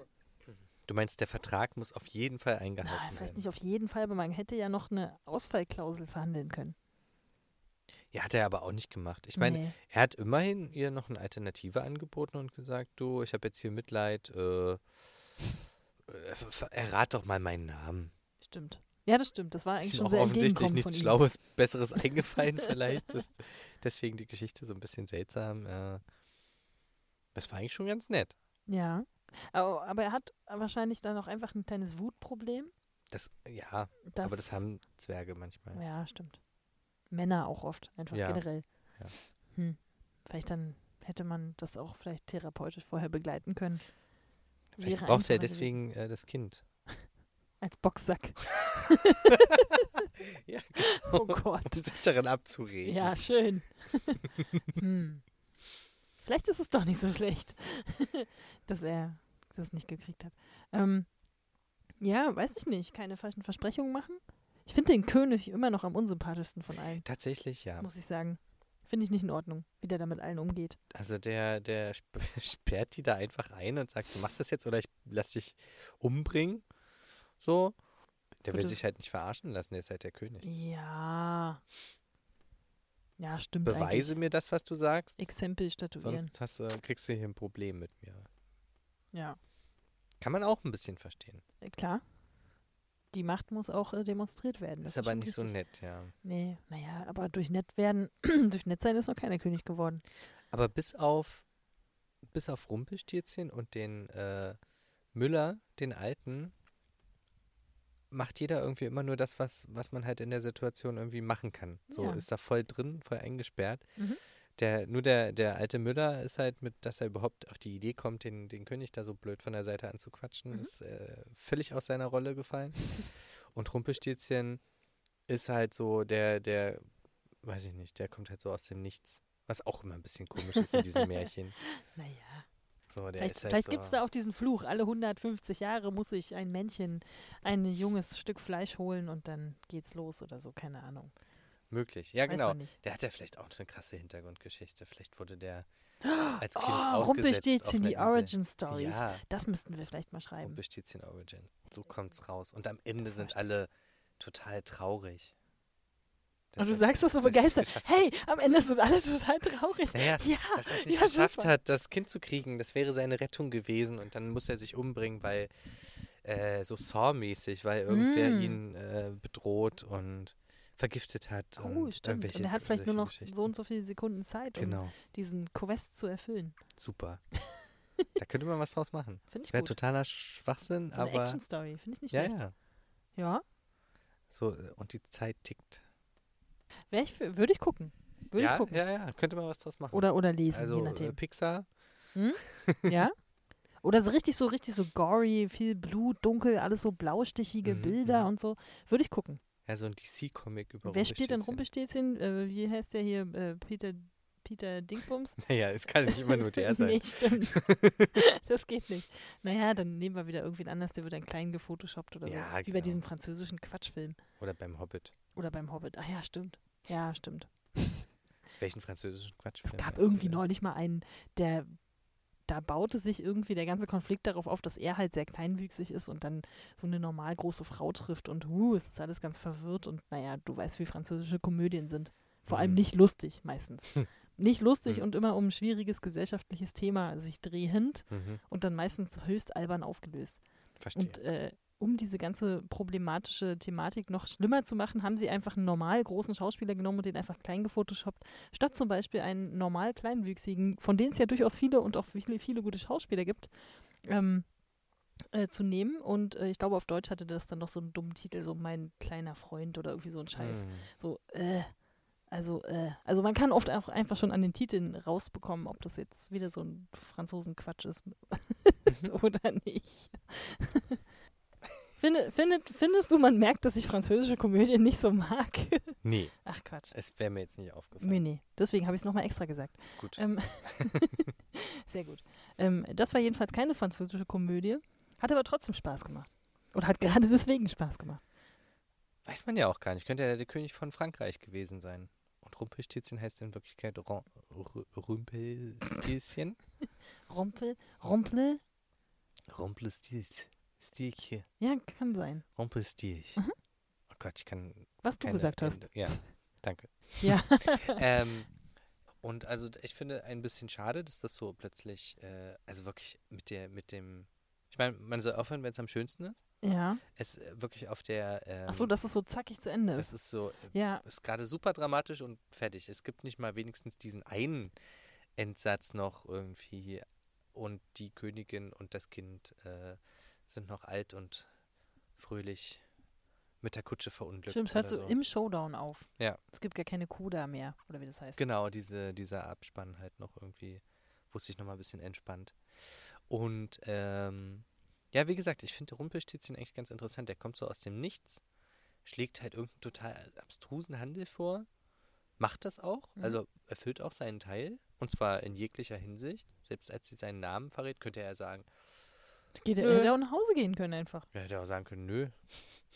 Speaker 2: Du meinst, der Vertrag muss auf jeden Fall eingehalten
Speaker 3: Nein, vielleicht
Speaker 2: werden.
Speaker 3: nicht auf jeden Fall, aber man hätte ja noch eine Ausfallklausel verhandeln können.
Speaker 2: Ja, hat er aber auch nicht gemacht. Ich meine,
Speaker 3: nee.
Speaker 2: er hat immerhin ihr noch eine Alternative angeboten und gesagt, du, ich habe jetzt hier Mitleid, äh, äh, ver- ver- errat doch mal meinen Namen.
Speaker 3: stimmt. Ja, das stimmt. Das war
Speaker 2: Ist
Speaker 3: eigentlich
Speaker 2: ihm
Speaker 3: schon
Speaker 2: auch
Speaker 3: sehr
Speaker 2: offensichtlich
Speaker 3: entgegenkommen von
Speaker 2: nichts
Speaker 3: ihm.
Speaker 2: Schlaues,
Speaker 3: [laughs]
Speaker 2: Besseres eingefallen vielleicht. Ist deswegen die Geschichte so ein bisschen seltsam. Äh, das war eigentlich schon ganz nett.
Speaker 3: Ja. Aber, aber er hat wahrscheinlich dann auch einfach ein kleines Wutproblem.
Speaker 2: Das, ja,
Speaker 3: Das,
Speaker 2: aber das haben Zwerge manchmal.
Speaker 3: Ja, stimmt. Männer auch oft, einfach
Speaker 2: Ja.
Speaker 3: generell.
Speaker 2: Ja.
Speaker 3: Hm. Vielleicht dann hätte man das auch vielleicht therapeutisch vorher begleiten können.
Speaker 2: Vielleicht
Speaker 3: Wäre
Speaker 2: braucht er
Speaker 3: einfacher gewesen.
Speaker 2: deswegen äh, das Kind. [laughs]
Speaker 3: Als Boxsack.
Speaker 2: Ja,
Speaker 3: Oh Gott.
Speaker 2: um sich daran abzuregen.
Speaker 3: ja, schön. [laughs] hm. Vielleicht ist es doch nicht so schlecht, [laughs] dass er das nicht gekriegt hat. Ähm, ja, weiß ich nicht. Keine falschen Versprechungen machen. Ich finde den König immer noch am unsympathischsten von allen,
Speaker 2: Tatsächlich, ja.
Speaker 3: muss ich sagen. Finde ich nicht in Ordnung, wie der da mit allen umgeht.
Speaker 2: Also der, der [laughs] sp- sperrt die da einfach ein und sagt, du machst das jetzt oder ich lass dich umbringen. So. Der will
Speaker 3: Würde-
Speaker 2: sich halt nicht verarschen lassen, der ist halt der König.
Speaker 3: Ja. Ja, stimmt.
Speaker 2: Beweise
Speaker 3: Eigentlich.
Speaker 2: mir das, was du sagst.
Speaker 3: Exempel statuieren.
Speaker 2: Sonst hast du, kriegst du hier ein Problem mit mir.
Speaker 3: Ja,
Speaker 2: Kann man auch ein bisschen verstehen.
Speaker 3: äh, klar. Die Macht muss auch äh, demonstriert werden.
Speaker 2: Ist
Speaker 3: Das
Speaker 2: aber
Speaker 3: schon
Speaker 2: nicht so
Speaker 3: richtig.
Speaker 2: nett, ja.
Speaker 3: Nee, naja, aber durch nett werden, [clears throat] durch nett sein ist noch keiner König geworden.
Speaker 2: Aber bis auf bis auf Rumpelstilzchen und den äh, Müller, den Alten, macht jeder irgendwie immer nur das, was, was man halt in der Situation irgendwie machen kann. So
Speaker 3: Ja.
Speaker 2: ist da voll drin, voll eingesperrt.
Speaker 3: Mhm.
Speaker 2: Der, nur der, der alte Müller ist halt mit, dass er überhaupt auf die Idee kommt, den, den König da so blöd von der Seite anzuquatschen,
Speaker 3: Mhm.
Speaker 2: ist äh, völlig aus seiner Rolle
Speaker 3: [laughs]
Speaker 2: gefallen. und Rumpelstilzchen ist halt so der, der, weiß ich nicht, der kommt halt so aus dem Nichts. Was auch immer ein bisschen komisch ist in
Speaker 3: [laughs]
Speaker 2: diesen Märchen.
Speaker 3: Naja.
Speaker 2: So, der
Speaker 3: Vielleicht,
Speaker 2: ist halt
Speaker 3: vielleicht
Speaker 2: so,
Speaker 3: gibt es da auch diesen Fluch. Alle 150 Jahre muss ich ein Männchen, ein junges Stück Fleisch holen und dann geht's los oder so. Keine Ahnung.
Speaker 2: Möglich, ja
Speaker 3: Weiß
Speaker 2: genau.
Speaker 3: man nicht.
Speaker 2: Der hat ja vielleicht auch eine krasse Hintergrundgeschichte. Vielleicht wurde
Speaker 3: [gasps]
Speaker 2: der als Kind
Speaker 3: oh,
Speaker 2: ausgesetzt. auf
Speaker 3: Rumpelstilzchen,
Speaker 2: einer
Speaker 3: die
Speaker 2: Insel.
Speaker 3: Origin Stories. Hm.
Speaker 2: Ja.
Speaker 3: Das müssten wir vielleicht mal schreiben.
Speaker 2: Rumpelstilzchen Origin. So kommt's raus. Und am Ende
Speaker 3: Das
Speaker 2: sind alle total traurig.
Speaker 3: Und
Speaker 2: dass
Speaker 3: du
Speaker 2: er-
Speaker 3: sagst das so
Speaker 2: dass er es nicht [laughs]
Speaker 3: begeistert.
Speaker 2: geschafft hat.
Speaker 3: Hey, am Ende sind alle total traurig.
Speaker 2: Naja,
Speaker 3: ja,
Speaker 2: [laughs] Dass er es nicht
Speaker 3: ja,
Speaker 2: geschafft
Speaker 3: super.
Speaker 2: hat, das Kind zu kriegen, das wäre seine Rettung gewesen und dann muss er sich umbringen, weil äh, so Saw-mäßig, weil irgendwer
Speaker 3: Mm.
Speaker 2: ihn äh, bedroht und vergiftet hat.
Speaker 3: Oh, stimmt. Und er hat vielleicht nur noch so und so viele Sekunden Zeit, um
Speaker 2: Genau,
Speaker 3: diesen Quest zu erfüllen. [laughs]
Speaker 2: super. da könnte man was draus machen.
Speaker 3: Finde ich
Speaker 2: Wäre
Speaker 3: gut.
Speaker 2: totaler Schwachsinn,
Speaker 3: so eine
Speaker 2: aber
Speaker 3: Action-Story. Finde ich nicht
Speaker 2: ja,
Speaker 3: schlecht.
Speaker 2: ja.
Speaker 3: Ja,
Speaker 2: So, äh, und die Zeit tickt.
Speaker 3: wär ich für, würde ich gucken. Würde
Speaker 2: ja,
Speaker 3: ich gucken.
Speaker 2: ja, ja, könnte man was draus machen.
Speaker 3: Oder, oder lesen, je
Speaker 2: also [laughs] äh,
Speaker 3: nachdem.
Speaker 2: Pixar,
Speaker 3: ja? Oder so richtig so, richtig so gory, viel Blut, dunkel, alles so blaustichige
Speaker 2: Mhm,
Speaker 3: Bilder
Speaker 2: mhm. Oh,
Speaker 3: und so. Würde ich gucken.
Speaker 2: ja, so ein DC-Comic über
Speaker 3: Wer spielt denn
Speaker 2: Rumpelstilzchen.
Speaker 3: Rumpelstilzchen? Äh, wie heißt der hier? Äh, Peter, Peter Dingsbums?
Speaker 2: [laughs] Naja, es kann nicht immer nur der halt sein.
Speaker 3: [laughs] nee,
Speaker 2: [laughs]
Speaker 3: stimmt. das geht nicht. Naja, dann nehmen wir wieder irgendwen anders, der wird dann klein gefotoshoppt oder so.
Speaker 2: Ja,
Speaker 3: Wie bei
Speaker 2: genau.
Speaker 3: diesem französischen Quatschfilm.
Speaker 2: Oder beim Hobbit.
Speaker 3: Oder beim Hobbit. Ah ja, stimmt. Ja, stimmt.
Speaker 2: Welchen französischen Quatsch?
Speaker 3: Es gab irgendwie neulich mal einen, der da baute sich irgendwie der ganze Konflikt darauf auf, dass er halt sehr kleinwüchsig ist und dann so eine normal große Frau trifft und hu, es ist alles ganz verwirrt und naja, du weißt, wie französische Komödien sind. Vor allem
Speaker 2: Mhm.
Speaker 3: nicht lustig
Speaker 2: [laughs]
Speaker 3: meistens. Nicht lustig
Speaker 2: Mhm.
Speaker 3: und immer um ein schwieriges gesellschaftliches Thema sich drehend.
Speaker 2: Mhm,
Speaker 3: und dann meistens höchst albern aufgelöst.
Speaker 2: verstehe.
Speaker 3: Und äh, um diese ganze problematische Thematik noch schlimmer zu machen, haben sie einfach einen normal großen Schauspieler genommen und den einfach klein gefotoshoppt, statt zum Beispiel einen normal kleinwüchsigen, von denen es ja durchaus viele und auch viele, viele gute Schauspieler gibt, ähm, äh, zu nehmen. Und äh, ich glaube, auf Deutsch hatte das dann noch so einen dummen Titel, so mein kleiner Freund oder irgendwie so ein Scheiß.
Speaker 2: Mhm.
Speaker 3: So, äh. Also, äh, also man kann oft auch einfach schon an den Titeln rausbekommen, ob das jetzt wieder so Mhm. [laughs] ein Franzosenquatsch ist oder nicht. Finde, findet, findest du, man merkt, dass ich französische Komödien nicht so mag?
Speaker 2: Nee,
Speaker 3: Ach Quatsch.
Speaker 2: es wäre mir jetzt nicht aufgefallen.
Speaker 3: Nee, nee. Deswegen habe ich es nochmal extra gesagt.
Speaker 2: Gut.
Speaker 3: Ähm, sehr gut. Ähm, das war jedenfalls keine französische Komödie, hat aber trotzdem Spaß gemacht. Oder hat gerade deswegen Spaß gemacht.
Speaker 2: Weiß man ja auch gar nicht. Könnte ja der König von Frankreich gewesen sein. Und Rumpelstilzchen heißt in Wirklichkeit Ron- Ru-
Speaker 3: [laughs]
Speaker 2: Rumpelstilzchen.
Speaker 3: Rompel, Rompel?
Speaker 2: Rumpelstilz. Stilche.
Speaker 3: Ja, kann sein.
Speaker 2: Rumpelstilch. Oh Gott, ich kann
Speaker 3: Was Mhm. du
Speaker 2: keine
Speaker 3: gesagt hast.
Speaker 2: Ende- Ja, danke.
Speaker 3: Ja.
Speaker 2: [laughs] ähm, und also d- ich finde ein bisschen schade, dass das so plötzlich, äh, also wirklich mit der, mit dem, ich meine, man soll aufhören, wenn es am schönsten ist.
Speaker 3: Ja.
Speaker 2: Es äh, wirklich auf der, ähm,
Speaker 3: Ach so, dass es so zackig zu Ende ist.
Speaker 2: das ist so, äh,
Speaker 3: Ja,
Speaker 2: ist gerade super dramatisch und fertig. Es gibt nicht mal wenigstens diesen einen Endsatz noch irgendwie und die Königin und das Kind äh, sind noch alt und fröhlich mit der Kutsche verunglückt.
Speaker 3: stimmt. Es hört so,
Speaker 2: oder so.
Speaker 3: im Showdown auf.
Speaker 2: Ja.
Speaker 3: Es gibt gar keine Koda mehr, oder wie das heißt.
Speaker 2: Genau, diese, dieser Abspann halt noch irgendwie, wusste ich nochmal ein bisschen entspannt. Und ähm, ja, wie gesagt, ich finde Rumpelstilzchen eigentlich ganz interessant. Der kommt so aus dem Nichts, schlägt halt irgendeinen total abstrusen Handel vor, macht das auch,
Speaker 3: Mhm.
Speaker 2: also erfüllt auch seinen Teil. Und zwar in jeglicher Hinsicht. Selbst als sie seinen Namen verrät, könnte er sagen,
Speaker 3: Geht,
Speaker 2: Nö.
Speaker 3: hätte er auch nach Hause gehen
Speaker 2: [laughs]
Speaker 3: können einfach.
Speaker 2: er hätte auch sagen können, nö,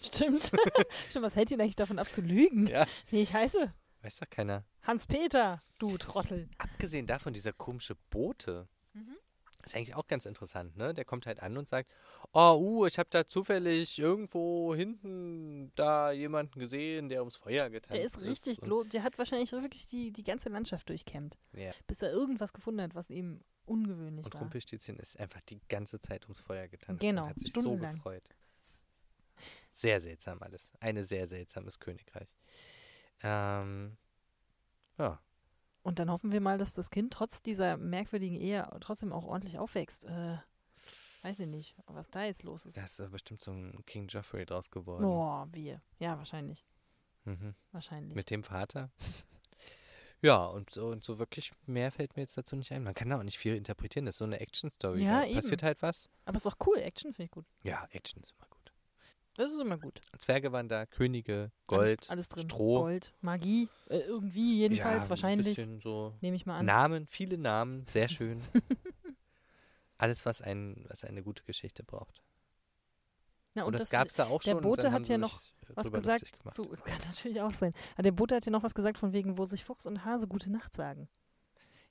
Speaker 3: Stimmt. [laughs] Stimmt, was hält ihn eigentlich davon ab zu lügen?
Speaker 2: Ja.
Speaker 3: Nee, ich heiße
Speaker 2: weiß doch keiner.
Speaker 3: Hans-Peter, du Trottel.
Speaker 2: Abgesehen davon, dieser komische Bote.
Speaker 3: Mhm.
Speaker 2: Ist eigentlich auch ganz interessant, ne? Der kommt halt an und sagt, oh, uh, ich habe da zufällig irgendwo hinten da jemanden gesehen, der ums Feuer getanzt
Speaker 3: Der ist richtig
Speaker 2: und-
Speaker 3: glo Der hat wahrscheinlich wirklich die, die ganze Landschaft durchkämmt,
Speaker 2: Ja.
Speaker 3: bis er irgendwas gefunden hat, was ihm ungewöhnlich
Speaker 2: Und
Speaker 3: war.
Speaker 2: Rumpelstilzchen ist einfach die ganze Zeit ums Feuer getanzt
Speaker 3: Genau,
Speaker 2: und hat sich
Speaker 3: stundenlang.
Speaker 2: so gefreut. Sehr seltsam alles. Eine sehr seltsames Königreich. Ähm, ja,
Speaker 3: Und dann hoffen wir mal, dass das Kind trotz dieser merkwürdigen Ehe trotzdem auch ordentlich aufwächst. Äh, weiß ich nicht, was da jetzt los ist.
Speaker 2: da ist äh, bestimmt so ein King Joffrey draus geworden.
Speaker 3: Boah, wir. Ja, wahrscheinlich.
Speaker 2: Mhm.
Speaker 3: Wahrscheinlich.
Speaker 2: Mit dem Vater. Ja, und so, und so wirklich mehr fällt mir jetzt dazu nicht ein. Man kann da auch nicht viel interpretieren. Das ist so eine Action-Story.
Speaker 3: Ja,
Speaker 2: da passiert halt was.
Speaker 3: Aber ist doch cool. Action finde ich gut.
Speaker 2: Ja, Action ist immer gut.
Speaker 3: Das ist immer gut.
Speaker 2: Zwerge waren da, Könige, Gold,
Speaker 3: Alles, alles drin.
Speaker 2: Stroh.
Speaker 3: Gold, Magie. Äh, irgendwie, jedenfalls,
Speaker 2: ja, Ein
Speaker 3: wahrscheinlich.
Speaker 2: bisschen so
Speaker 3: Nehme ich mal an.
Speaker 2: Namen, viele Namen, sehr
Speaker 3: [laughs]
Speaker 2: schön. alles, was, ein, was eine gute Geschichte braucht.
Speaker 3: Na,
Speaker 2: Und,
Speaker 3: und
Speaker 2: das,
Speaker 3: das,
Speaker 2: gab es da auch
Speaker 3: der
Speaker 2: schon. und
Speaker 3: Bote
Speaker 2: dann
Speaker 3: hat
Speaker 2: haben sie
Speaker 3: ja
Speaker 2: sich
Speaker 3: noch
Speaker 2: drüber
Speaker 3: was
Speaker 2: lustig
Speaker 3: gesagt
Speaker 2: gemacht.
Speaker 3: zu, [laughs] kann natürlich auch sein. Aber der Bote hat ja noch was gesagt von wegen, wo sich Fuchs und Hase gute Nacht sagen.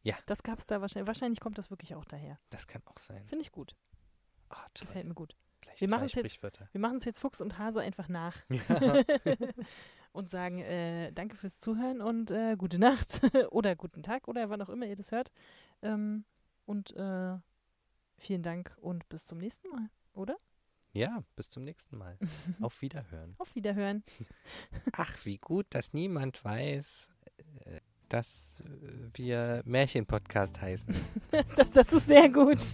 Speaker 2: Ja.
Speaker 3: Das gab's da wahrscheinlich. Wahrscheinlich kommt das wirklich auch daher.
Speaker 2: Das kann auch sein.
Speaker 3: Finde ich gut.
Speaker 2: Ah, toll.
Speaker 3: Gefällt mir gut.
Speaker 2: Gleich
Speaker 3: Wir
Speaker 2: zwei
Speaker 3: machen's jetzt-
Speaker 2: Sprichwörter.
Speaker 3: Wir machen es jetzt Fuchs und Hase einfach nach
Speaker 2: Ja.
Speaker 3: [laughs] und sagen äh, Danke fürs Zuhören und äh, gute Nacht [laughs] oder guten Tag oder wann auch immer ihr das hört. Ähm, und äh, vielen Dank und bis zum nächsten Mal.
Speaker 2: ja, bis zum nächsten
Speaker 3: [laughs]
Speaker 2: Mal. Auf Wiederhören.
Speaker 3: Auf Wiederhören. [laughs]
Speaker 2: Ach, wie gut, dass niemand weiß, äh, dass äh, wir Märchenpodcast heißen.
Speaker 3: Das, das ist sehr gut.